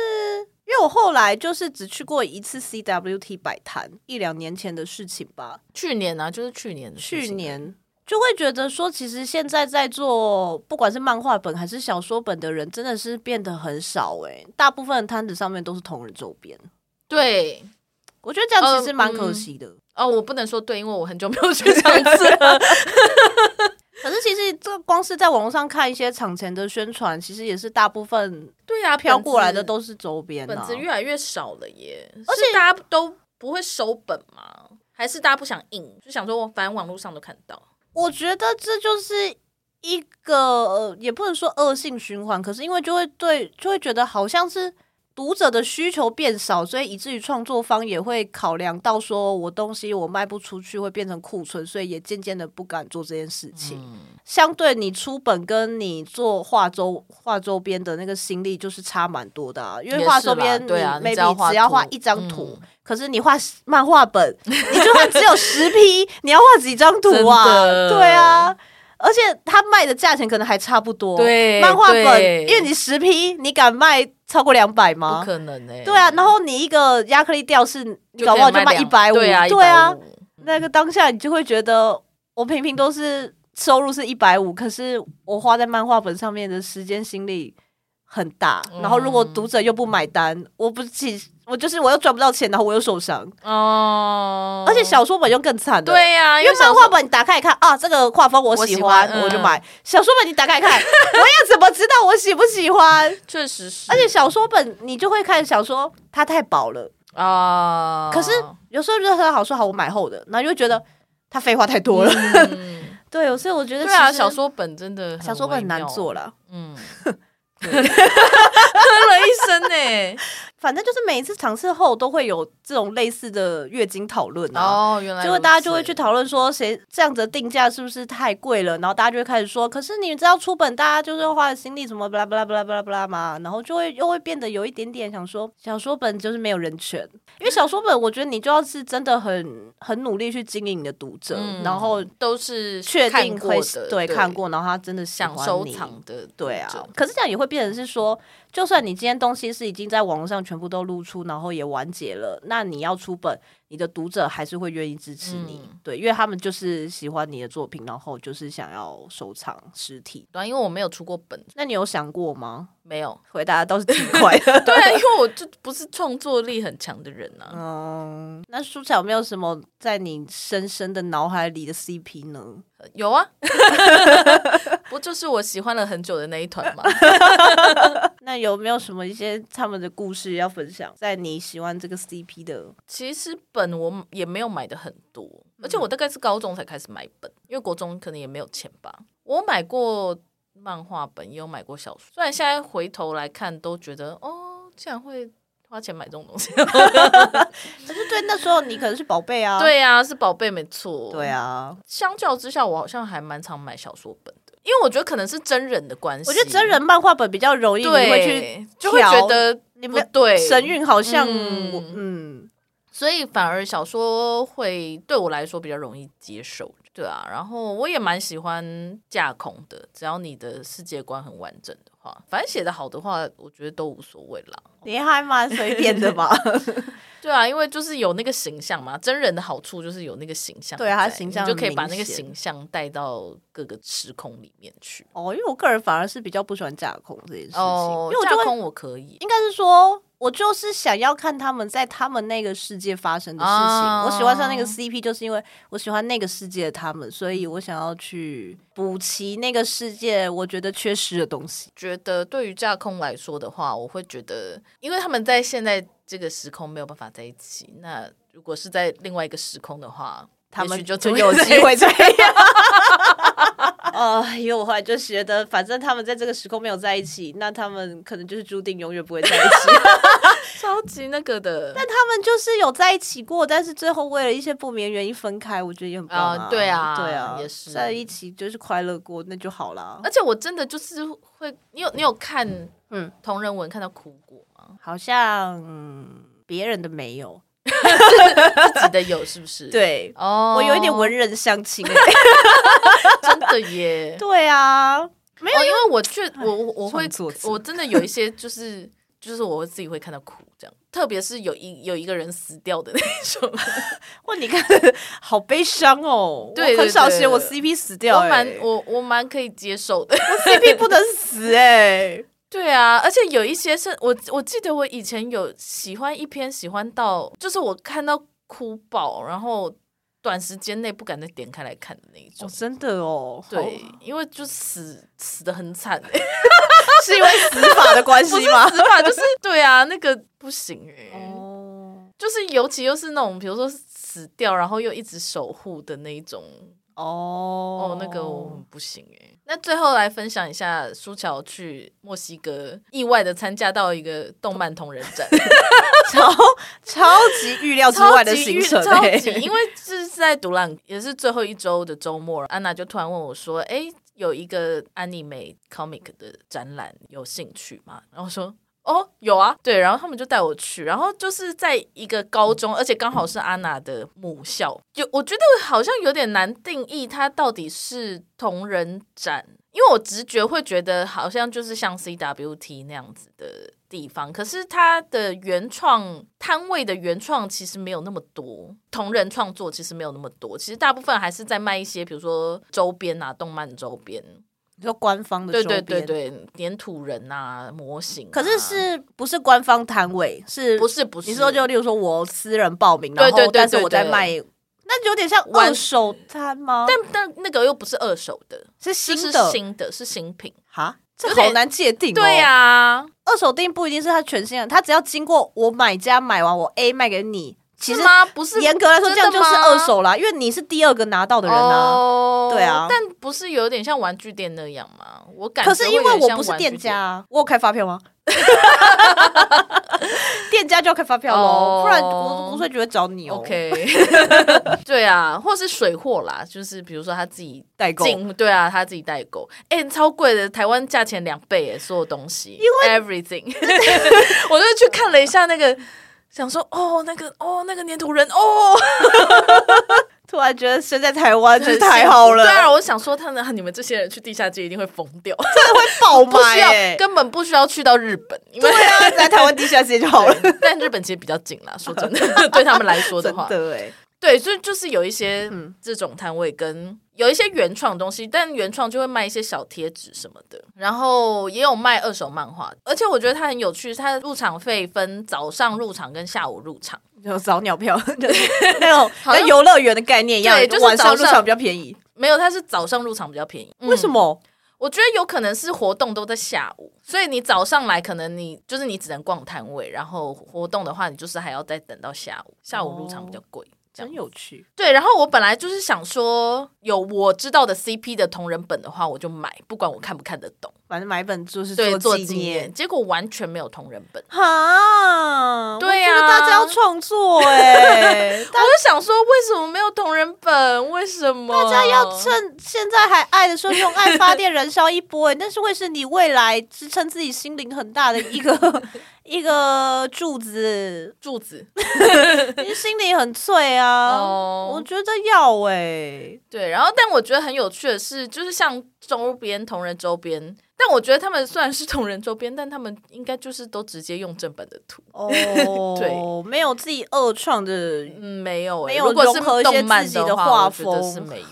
S2: 因为我后来就是只去过一次 CWT 摆摊，一两年前的事情吧。
S1: 去年啊，就是去年的事情，
S2: 去年就会觉得说，其实现在在做不管是漫画本还是小说本的人，真的是变得很少诶、大部分的摊子上面都是同人周边，
S1: 对，
S2: 我觉得这样
S1: 呃
S2: 其实蛮可惜的。
S1: 哦，我不能说对，因为我很久没有去
S2: <laughs>
S1: 上次了。
S2: 可是其实这光是在网络上看一些场前的宣传，其实也是大部分
S1: 对呀、啊，
S2: 飘过来的
S1: 本
S2: 都是周边、
S1: 子
S2: 啊
S1: 本。子越来越少了耶，
S2: 而
S1: 而
S2: 且
S1: 且大家都不会收本嘛，还是大家不想印，就想说我反正网络上都看到。
S2: 我觉得这就是一个呃，也不能说恶性循环，可是因为就会对，就会觉得好像是读者的需求变少，所以以至于创作方也会考量到说我东西我卖不出去会变成库存，所以也渐渐的不敢做这件事情。相对你出本跟你做画周画周边的那个心力就是差蛮多的、啊，因
S1: 也
S2: 为
S1: 是
S2: 画周边嗯
S1: 啦对啊你
S2: maybe
S1: 只要画
S2: 只要
S1: 图嗯
S2: 画一张图，可是你画漫画本，你就算只有十批， <laughs> 你要画几张图啊？
S1: 真的
S2: 对啊。而且它卖的价钱可能还差不多，
S1: 对
S2: 漫画本，
S1: 对
S2: 因为你十批，你敢卖超过两百
S1: 不
S2: 吗？
S1: 可能哎、
S2: 对啊，然后你一个亚克力吊饰，你
S1: 就
S2: 搞
S1: 可以
S2: 不好就卖一
S1: 两
S2: 百五，
S1: 对啊，
S2: 对啊
S1: 150，
S2: 那个当下你就会觉得，我平平都是收入是一百五，可是我花在漫画本上面的时间心力很大，
S1: 嗯
S2: 然后如果读者又不买单，我不起，我就是我又赚不到钱，然后我又受伤，
S1: 哦，
S2: 而且小说本又更惨了。。
S1: 对呀、啊，
S2: 因为
S1: 小
S2: 漫
S1: 说
S2: 画本你打开一看啊，这个画风我喜欢，
S1: 我喜欢嗯
S2: 我就买。小说本你打开一看，我要怎么知道我喜不喜欢？
S1: 确实是，
S2: 而且小说本你就会看小说，它太薄了，
S1: 啊，
S2: 可是有时候就很好说好，我买厚的，然后就会觉得它废话太多了。
S1: 嗯
S2: 对，所以我觉得
S1: 对啊，
S2: 其实
S1: 小说本真的
S2: 小说本很难做
S1: 了，
S2: 了。
S1: 嗯，喝了一欸身呢、
S2: <laughs> 反正就是每一次场次后都会有这种类似的月经讨论啊。
S1: 哦，原来
S2: 结果大家就
S1: 如
S2: 会
S1: 此
S2: 去讨论说，谁这样子的定价是不是太贵了？然后大家就会开始说，可是你知道出本大家就是要花的心力什么巴拉巴拉巴拉巴拉巴拉嘛，然后就会又会变得有一点点想说，小说本就是没有人权，因为小说本我觉得你就要是真的很很努力去经营你的读者，
S1: 嗯
S2: 然后
S1: 都是
S2: 确
S1: 看
S2: 定
S1: 过
S2: 会
S1: 的，
S2: 对看，过，然后他真的喜
S1: 想
S2: 欢
S1: 收
S2: 你
S1: 藏的，
S2: 对啊，，可是这样也会变成是说，就算你今天东西是已经在网络上全部都露出，然后也完结了，那你要出本，你的读者还是会愿意支持你，
S1: 嗯
S2: 对，因为他们就是喜欢你的作品，然后就是想要收藏实体。
S1: 对啊，因为我没有出过本，
S2: 那你有想过吗？，
S1: 没有
S2: 回答倒是挺快的。 <laughs>
S1: 对啊，因为我就不是创作力很强的人啊。
S2: 嗯，那舒乔有没有什么在你深深的脑海里的 CP 呢？
S1: 有啊， <laughs> 不就是我喜欢了很久的那一团吗？
S2: 那有没有什么一些他们的故事要分享？在你喜欢这个 CP 的
S1: 其实本我也没有买的很多，
S2: 嗯
S1: 而且我大概是高中才开始买本，因为国中可能也没有钱吧。我买过漫画本，也有买过小说，虽然现在回头来看都觉得哦，竟然会花钱买这种东
S2: <laughs>
S1: 西。
S2: 可是对那时候你可能是宝贝啊，
S1: 对啊，是宝贝没错。
S2: 对啊，
S1: 相较之下，我好像还蛮常买小说本的，因为我觉得可能是真人的关系。
S2: 我觉得真人漫画本比较容易，你
S1: 对
S2: 会去
S1: 就会
S2: 挑
S1: 觉得
S2: 你
S1: 不
S2: 们
S1: 对
S2: 神韵好像
S1: 嗯
S2: 我嗯
S1: 所以反而小说会对我来说比较容易接受，对啊。然后我也蛮喜欢架空的，只要你的世界观很完整的话，反正写的好的话，我觉得都无所谓啦。
S2: 你还蛮随便的 <laughs> 吧？
S1: 对啊，因为就是有那个形象嘛，真人的好处就是有那个形象在，
S2: 对啊他形象
S1: 你就可以把那个
S2: 很明显
S1: 形象带到各个时空里面去。
S2: 哦，因为我个人反而是比较不喜欢架空这件事情，
S1: 哦
S2: 因为，我就
S1: 架
S2: 会
S1: 空我可以，
S2: 应该是说。我就是想要看他们在他们那个世界发生的事情。
S1: 啊
S2: 我喜欢上那个 CP，就是因为我喜欢那个世界的他们，所以我想要去补齐那个世界我觉得缺失的东西。
S1: 觉得对于架空来说的话，我会觉得，因为他们在现在这个时空没有办法在一起，那如果是在另外一个时空的话，<laughs>
S2: 他
S1: 也
S2: 们
S1: 许就 <laughs>
S2: 就
S1: 真
S2: 有机会这样。呃，因为我后来就觉得，反正他们在这个时空没有在一起，那他们可能就是注定永远不会在
S1: <laughs>
S2: 一起。
S1: 超级那个的。
S2: 但他们就是有在一起过，但是最后为了一些不明原因分开，我觉得也很棒
S1: 啊对啊
S2: 对啊，
S1: 也是呃
S2: 在一起就是快乐过，那就好啦。
S1: 而且我真的就是会，你有你有看
S2: 嗯
S1: 嗯同人文看到哭过吗？
S2: 好像嗯别人的没有，
S1: 自己的有是不是？，
S2: <laughs> 对、
S1: 哦，
S2: 我有一点文人相亲、
S1: <laughs>
S2: 欸。
S1: 真
S2: <laughs>
S1: 的耶。
S2: 对啊，
S1: 没有，因为我去，我我我会
S2: 创作，者
S1: 我真的有一些就是就是我自己会看到哭这样，特别是有一有一个人死掉的那种，
S2: 哇，你看 <laughs> 好悲伤哦。
S1: 对
S2: 我很
S1: 对
S2: 少
S1: 对
S2: 写我 CP 死掉、
S1: 我
S2: 欸，
S1: 蛮我我蛮可以接受的。
S2: CP 不能死哎、
S1: 对啊，而且有一些是我我记得我以前有喜欢一篇，喜欢到就是我看到哭爆，然后短时间内不敢再点开来看的那一种
S2: <laughs> 哦，。真的哦，好
S1: 对，因为就死死的很惨、欸
S2: 是因为死法的关 <laughs> 系吗？
S1: <laughs> 死法就是对啊，那个不行哎、
S2: 哦
S1: 就是尤其又是那种比如说死掉，然后又一直守护的那一种，
S2: 哦
S1: 哦，那个我很不行哎、那最后来分享一下舒乔去墨西哥意外的参加到一个动漫同人
S2: <laughs>
S1: 展，
S2: 超超级预料之外的行程、
S1: 超级
S2: 欸， <laughs>
S1: 预超级，因为这是在独朗，也是最后一周的周末，安娜就突然问我说：“哎、有一个 anime comic 的展览，有兴趣吗？”然后我说。哦，有啊，对，然后他们就带我去，然后就是在一个高中，而且刚好是安娜的母校，就我觉得好像有点难定义它到底是同人展，因为我直觉会觉得好像就是像 CWT 那样子的地方，可是它的原创摊位的原创其实没有那么多，同人创作其实没有那么多，其实大部分还是在卖一些比如说周边啊、动漫周边，
S2: 你说官方的
S1: 对
S2: 周
S1: 对
S2: 边
S1: 对。对，粘土人啊、模型啊、
S2: 可是是不是官方摊位？是
S1: 不是不是？
S2: 你说就例如说我私人报名，
S1: 对对
S2: 然后
S1: 对
S2: 但是
S1: 对
S2: 我在
S1: 对
S2: 卖，那有点像
S1: 完
S2: 二手摊吗？
S1: 但但那个又不是二手的，
S2: 是
S1: 这
S2: 新
S1: 是
S2: 的
S1: 新的，是新品。
S2: 哈，这
S1: 有点
S2: 好难界定、哦。
S1: 对、啊，
S2: 二手店不一定是它全新的，它只要经过我买家买完，我 A 卖给你，其
S1: 是
S2: 实
S1: 吗？不是
S2: 严格来说这样就
S1: 真
S2: 是
S1: 的吗
S2: 二手啦，因为你是第二个拿到的人啊。
S1: 哦
S2: 对啊
S1: 但不是有点像玩具店那样吗？我感觉
S2: 可是因
S1: 会
S2: 为
S1: 有点
S2: 我
S1: 像
S2: 不是
S1: 玩具
S2: 店
S1: 店
S2: 家，啊，我有开发票吗？ <laughs> 店家就要开发票喽，
S1: 哦
S2: 不然我我会觉得找你哦。 <laughs>
S1: ，OK，对啊，或是水货啦，就是比如说他自己
S2: 代购，
S1: 进，对啊，他自己代购，哎、超贵的，台湾价钱两倍哎，所有东西，因为 everything，我就去看了一下那个，想说哦，那个哦，那个粘土人哦，
S2: 突然觉得身在台湾真是太
S1: 幸
S2: 好
S1: 福
S2: 了，
S1: 对啊，我想说他们你们这些人去地下街一定会疯掉，<laughs>
S2: 爆
S1: 不需
S2: 买
S1: 要，啊
S2: 欸
S1: 根本不需要去到日本，因为
S2: 对啊，来台湾地下街就好了。
S1: 对但日本其实比较紧啦，说真的， <laughs> 对他们来说的
S2: 真
S1: 话，
S2: 的哎，
S1: 对，所以就是有一些
S2: 嗯
S1: 这种摊位跟有一些原创的东西，但原创就会卖一些小贴纸什么的，然后也有卖二手漫画，而且我觉得它很有趣，它的入场费分早上入场跟下午入场，
S2: 有早鸟票，就是那种
S1: <laughs> 好像
S2: 跟游乐园的概念一样
S1: 对，就是
S2: 晚上入
S1: 早上
S2: 场比较便宜。
S1: 没有，它是早上入场比较便宜，嗯
S2: 为什么？
S1: 我觉得有可能是活动都在下午，所以你早上来，可能你就是你只能逛摊位，然后活动的话，你就是还要再等到下午，下午入场比较贵。这样
S2: 哦真有趣，
S1: 对，然后我本来就是想说，有我知道的 CP 的同人本的话，我就买，不管我看不看得懂，
S2: 反正买一本就是
S1: 对，做
S2: 纪
S1: 纪念。。结果完全没有同人
S2: <laughs>
S1: 本，
S2: 哈，
S1: 对啊
S2: 呀、大家要创作
S1: <laughs>
S2: 哎、
S1: 我就想说，为什么没有同人本？为什么
S2: 大家要趁现在还爱的时候用爱发电燃烧一波、哎，那是会是你未来支撑自己心灵很大的一
S1: <laughs>
S2: 个一个柱子，
S1: 柱子？
S2: 你心灵很脆啊。
S1: 哦
S2: 我觉得要哎、
S1: 对，然后但我觉得很有趣的是，就是像周边同人周边，但我觉得他们虽然是同人周边，但他们应该就是都直接用正版的图。
S2: 哦，
S1: <laughs> 对，
S2: 没有自己二创的。
S1: 嗯，没有、欸，
S2: 没有
S1: 如果是
S2: 融合一些
S1: 动漫
S2: 自己的
S1: 话，
S2: 画
S1: 我觉得
S2: 风
S1: 是没有。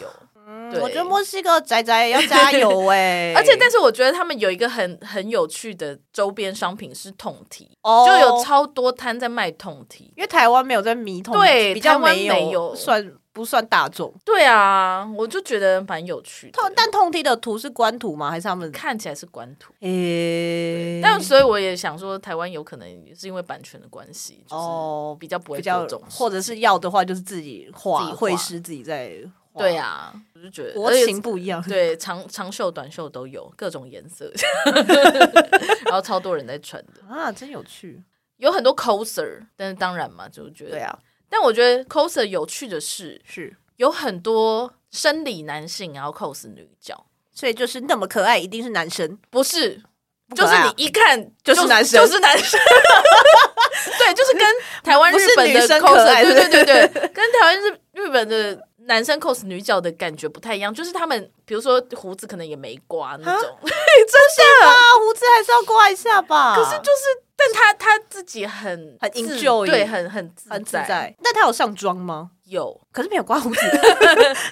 S2: 嗯
S1: 对
S2: 我觉得墨西哥仔仔要加油哎、
S1: <laughs> 而且，但是我觉得他们有一个很很有趣的周边商品是桶提，
S2: 哦
S1: 就有超多摊在卖桶提。
S2: 因为台湾没有在迷通，
S1: 对
S2: 比较没
S1: 台湾没有
S2: 算不算大众？
S1: 对啊，我就觉得蛮有趣的
S2: 通。但通梯的图是官图吗？还是他们？
S1: 看起来是官图，
S2: 诶、
S1: 但所以我也想说，台湾有可能也是因为版权的关系，就是
S2: 哦，
S1: 比较不会
S2: 比
S1: 做
S2: 较
S1: 这种事，
S2: 或者是要的话，就是自己画
S1: 自己画
S2: 绘师自己在画，
S1: 对，啊，我就觉得
S2: 国
S1: 而且
S2: 情不一样，
S1: 对长长袖、短袖都有，各种颜色， <laughs> 然后超多人在穿的，
S2: 啊，真有趣，
S1: 有很多 coser，但是当然嘛，就觉得
S2: 对啊，
S1: 但我觉得 coser 有趣的是，
S2: 是，
S1: 有很多生理男性然后 cos 女角，
S2: 所以就是那么可爱，一定是男生，
S1: 不是，啊
S2: 不
S1: 就
S2: 可
S1: 是
S2: 爱啊
S1: 你一看
S2: 就是男生
S1: 就是男生。 <laughs> 对，就是跟台湾、
S2: 不是
S1: 日本
S2: 女
S1: 的
S2: 生可
S1: coser，
S2: 爱
S1: 对
S2: 是不是
S1: 对对对，跟台湾、日日本的男生 cos 女角的感觉不太一样，就是他们比如说胡子可能也没刮那种， <laughs>
S2: 啊，胡子还是要刮一下吧，
S1: 可是就是，但他他自己很
S2: 很
S1: 自
S2: enjoy
S1: 对，很很自
S2: 很自在。那他有上妆吗？
S1: 有。
S2: 可是没有刮
S1: <laughs>
S2: 胡子，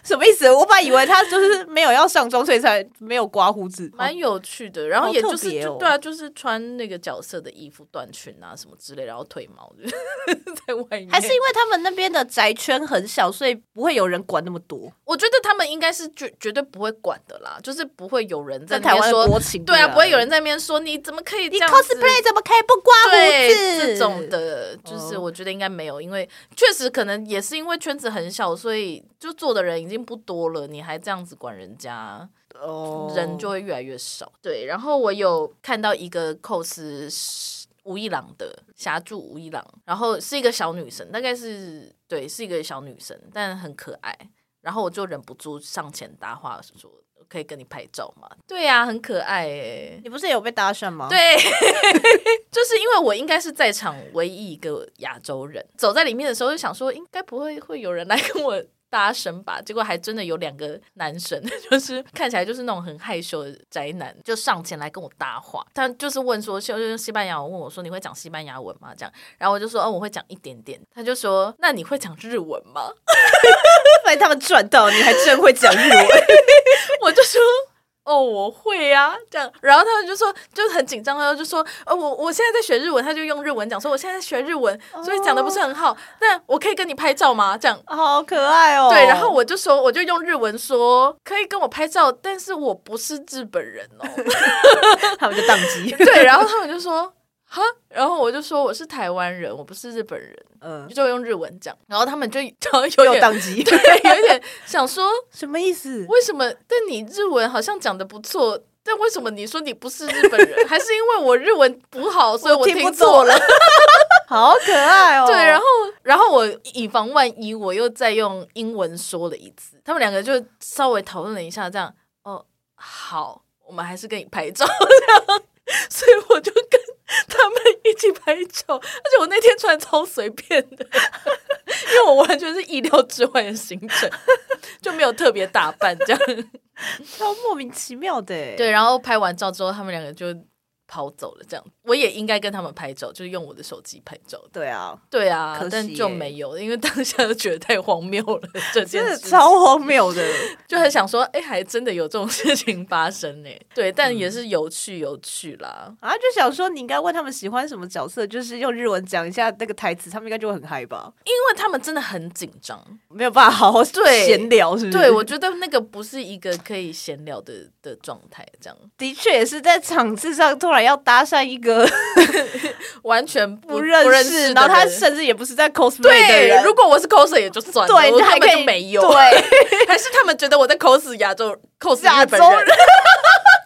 S2: 什么意思？我本来以为他就是没有要上妆，所以才没有刮胡子。
S1: 蛮有趣的，然后
S2: 好
S1: 也
S2: 特
S1: 就是、
S2: 别
S1: 就
S2: 哦
S1: 对啊，就是穿那个角色的衣服、短裙啊什么之类，然后腿毛就是 <laughs> 在外面。
S2: 还是因为他们那边的宅圈很小，所以不会有人管那么多。
S1: 我觉得他们应该是绝绝对不会管的啦，就是不会有人在
S2: 在
S1: 那
S2: 台
S1: 边
S2: 湾
S1: 说，
S2: 的国情，
S1: 对啊，不会有人在那边说你怎么可以这
S2: 你
S1: 样子
S2: cosplay 怎么可以不刮胡
S1: 对
S2: 子
S1: 这种？的，就是
S2: 哦
S1: 我觉得应该没有，因为确实可能也是因为圈子很小，所以就做的人已经不多了，你还这样子管人家，啊
S2: 哦
S1: 人就会越来越少。对，然后我有看到一个 cos 是吴一郎的霞柱吴一郎，然后是一个小女生，大概是对，是一个小女生，但很可爱。然后我就忍不住上前搭话说：“可以跟你拍照吗？”对呀、很可爱欸诶、
S2: 你不是也有被搭讪吗？，
S1: 对， <laughs> 就是因为我应该是在场唯一一个亚洲人，走在里面的时候就想说，应该不会会有人来跟我搭讪吧？结果还真的有两个男生， <laughs> 就是看起来就是那种很害羞的宅男，就上前来跟我搭话。他就是问说，就用西班牙文问我说，你会讲西班牙文吗？这样，然后我就说，哦，我会讲一点点。他就说，那你会讲日文吗？
S2: 被他们赚到，你还真会
S1: <laughs>
S2: 讲日文。
S1: 我就说。哦，我会啊，这样，然后他们就说，就很紧张，然后就说，呃、我我现在在学日文，他就用日文讲说，我现在在学日文，所以讲的不是很好，那我可以跟你拍照吗？这样，
S2: 好可爱哦！
S1: 对，然后我就说，我就用日文说，可以跟我拍照，但是我不是日本人哦，<laughs>
S2: <laughs> 他们就宕机。
S1: 对，然后他们就说，哈，然后我就说我是台湾人，我不是日本人，
S2: 嗯，
S1: 就用日文讲，然后他们就 <laughs> 就有
S2: 又
S1: 点，
S2: 宕 <laughs> 机，
S1: 对，有点想说，
S2: 什么意思？
S1: 为什么？但你日文好像讲的不错，但为什么你说你不是日本人？还是因为我日文不 <laughs> 好，所以我
S2: 不
S1: 错
S2: 懂。了，好可爱
S1: <laughs>
S2: 哦。
S1: 对，然后然后我以防万一，我又再用英文说了一次。他们两个就稍微讨论了一下，这样哦，好，我们还是跟你拍照这样。所以我就跟他们一起拍照，而且我那天穿得超随便的， <laughs> 因为我完全是意料之外的行程，就没有特别打扮这样。
S2: 超莫名其妙的欸。
S1: 对，然后拍完照之后，他们两个就跑走了。这样，我也应该跟他们拍照，就是用我的手机拍照。
S2: 对啊，
S1: 对啊
S2: 可，
S1: 但
S2: 惜
S1: 就
S2: 耶
S1: 没有，因为当下就觉得太荒谬了，这件
S2: 真的
S1: 事
S2: 超荒谬的。
S1: <laughs> 就很想 <laughs> 说，哎、还真的有这种事情发生呢、欸 <laughs> 对，但也是有趣有趣啦。
S2: 啊，就想说你应该问他们喜欢什么角色，就是用日文讲一下那个台词，他们应该就会很嗨吧？
S1: 因为他们真的很紧张，
S2: 没有办法好好
S1: 对
S2: 闲聊，是不是？
S1: 对我觉得那个不是一个可以闲聊的的状态，这样
S2: 的确也是在场次上突然要搭讪一 <laughs> 个
S1: 完全不
S2: 不认
S1: 的
S2: 识，然后他
S1: 人
S2: 甚至也不是在 cosplay 的
S1: 对，
S2: 人，
S1: 如果我是 coser 也就算了，
S2: 对，
S1: 我
S2: 你还
S1: 根
S2: 可
S1: 本
S2: 以
S1: 就没有，
S2: <laughs> 对，
S1: <laughs> 还是他们觉得我在 cos 亚洲 cos
S2: 亚
S1: 日本
S2: 洲
S1: 人？
S2: 人。 <laughs>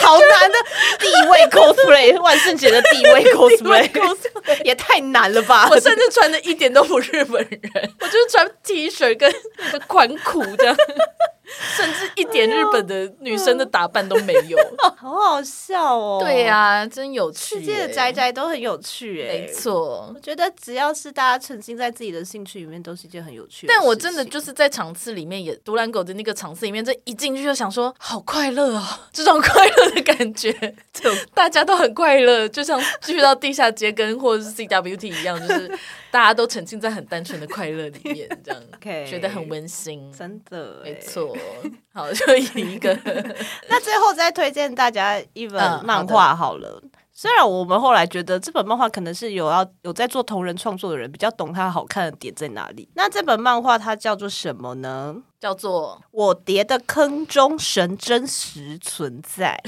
S2: 好难的地位 cosplay，万圣节的地位 cosplay 也太难了吧！
S1: <laughs> 我甚至穿的一点都不日本人， <laughs> 我就是穿 T 恤跟那个宽裤这样， <laughs> 甚至一点日本的女生的打扮都没有。
S2: 好好笑哦。
S1: <laughs> 对、哎呀、真有趣、
S2: 世界的宅，宅都很有趣哎、
S1: 没错
S2: 我。觉得只要是大家沉浸在自己的兴趣里面，都是一件很有趣的事情。
S1: 但我真的
S2: <laughs>
S1: 就是在场次里面也，独狼狗的那个场次里面，这一进去就想说，好快乐哦， <laughs> 这种快乐的感觉，就大家都很快乐，就像去到地下街跟或者是 CWT 一样，就是大家都沉浸在很单纯的快乐里面，这样
S2: OK
S1: 觉得很温馨。
S2: 真的、欸
S1: 没。错，好，就以一个
S2: 那最后再推荐大家一
S1: 嗯好
S2: 本
S1: 的
S2: 漫画好了。虽然我们后来觉得这本漫画可能是有要有在做同人创作的人比较懂它好看的点在哪里。那这本漫画它叫做什么呢？
S1: 叫做
S2: 我跌的坑中神真实存在，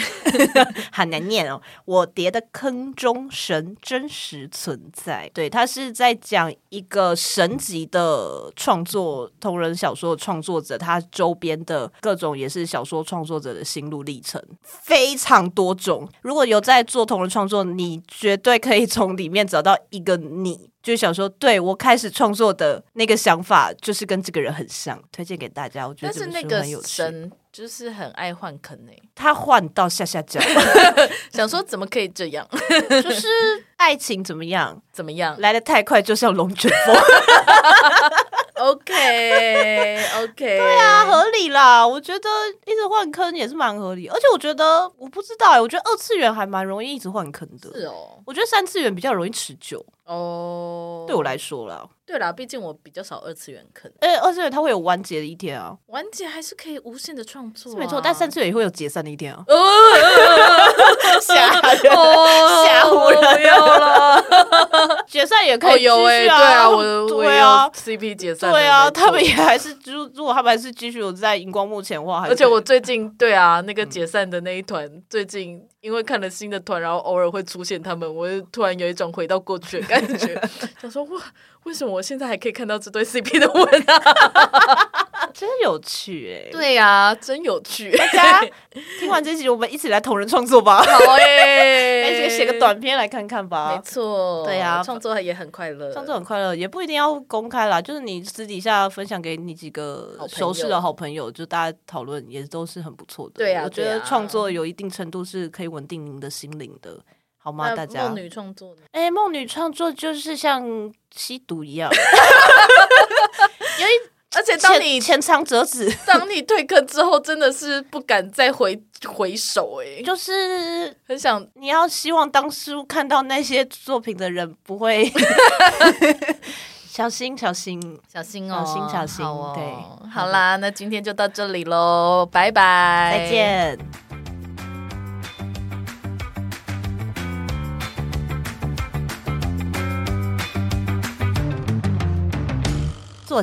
S2: 好难念哦。我跌的坑中神真实存在，对，他是在讲一个神级的创作同人小说的创作者，他周边的各种也是小说创作者的心路历程，非常多种。如果有在做同人创作，你绝对可以从里面找到一个你。就想说，对我开始创作的那个想法，就是跟这个人很像，推荐给大家。我觉
S1: 但
S2: 得这
S1: 是
S2: 本
S1: 那
S2: 书
S1: 个
S2: 很有趣
S1: 神就是很爱换坑诶、
S2: 他换到下下角，
S1: 想说怎么可以这样？
S2: 就是爱情怎么样
S1: <laughs> 怎么样
S2: 来的太快，就像龙卷 <laughs> 风，
S1: ？OK OK，对
S2: 啊，，合理啦。我觉得一直换坑也是蛮合理，而且我觉得我不知道、欸，我觉得二次元还蛮容易一直换坑的。
S1: 是哦，
S2: 我觉得三次元比较容易持久，
S1: 哦，
S2: 对我来说啦。
S1: 对啦，毕竟我比较少二次元坑，
S2: 呃，二次元它会有完结的一天啊，
S1: 完结还是可以无限的创作、啊
S2: 是没错，但三次元也会有解散的一
S1: <laughs>
S2: 天 <laughs> 啊。
S1: 哦，
S2: 吓
S1: 哦
S2: 吓唬人
S1: 不要
S2: <laughs>
S1: 了，
S2: 解散也可
S1: 哦
S2: 以继
S1: 有哎、
S2: 续
S1: 对
S2: 啊，
S1: 啊，我我也
S2: <laughs> 对
S1: 有
S2: 啊，
S1: CP 解散了，
S2: 对啊，他们
S1: 没
S2: 也
S1: 错。
S2: 还是，如如果他们还是继续有在荧光幕前的话，还是
S1: 而且我最近对啊，那个
S2: 嗯
S1: 解散的那一团，最近因为看了新的团，然后偶尔会出现他们，我就突然有一种回到过去的感
S2: <laughs>
S1: 觉，想说哇，为什么我现在还可以看到这对 CP 的文啊？
S2: 啊真有趣哎、
S1: 对呀、真有趣，
S2: 大家听完这集，我们一起来同人创作吧，
S1: 好耶、 <laughs>
S2: 来欸 <laughs> 写写个短片来看看
S1: 没
S2: 吧。
S1: 错，
S2: 对啊
S1: 创作也很快乐，
S2: 创作很快乐，也不一定要公开啦，就是你私底下分享给你几个
S1: 好朋友
S2: 熟识的好朋友，就大家讨论也都是很不错的。
S1: 对啊
S2: 我觉
S1: 对
S2: 得
S1: 啊
S2: 创作有一定程度是可以稳定您的心灵的，好吗？
S1: 那
S2: 大家
S1: 梦，女创作呢？
S2: 哎，梦女创作就是像吸毒一
S1: <laughs>
S2: 样，有一
S1: 而且当你
S2: 浅浅尝辄止，
S1: 当你退坑之后，真的是不敢再回回首、欸，
S2: <laughs> 就是
S1: 很想
S2: 你要希望当初看到那些作品的人不会 <laughs> 小心小心。
S1: 小心
S2: 哦小心小心好哦对
S1: 好啦，那今天就到这里喽，拜拜，
S2: 再。见。坐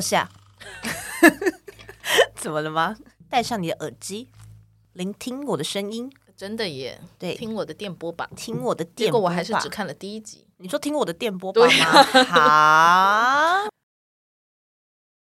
S1: <laughs>
S2: 下。怎么了吗？戴上你的耳机，聆听我的声音，
S1: 真的耶，
S2: 对
S1: 听我的电波吧。
S2: 听我的
S1: 结
S2: 电
S1: 果
S2: 波吧。
S1: 我还是只看了第一集。
S2: 你说听我的电波吧
S1: 对
S2: 吗？好。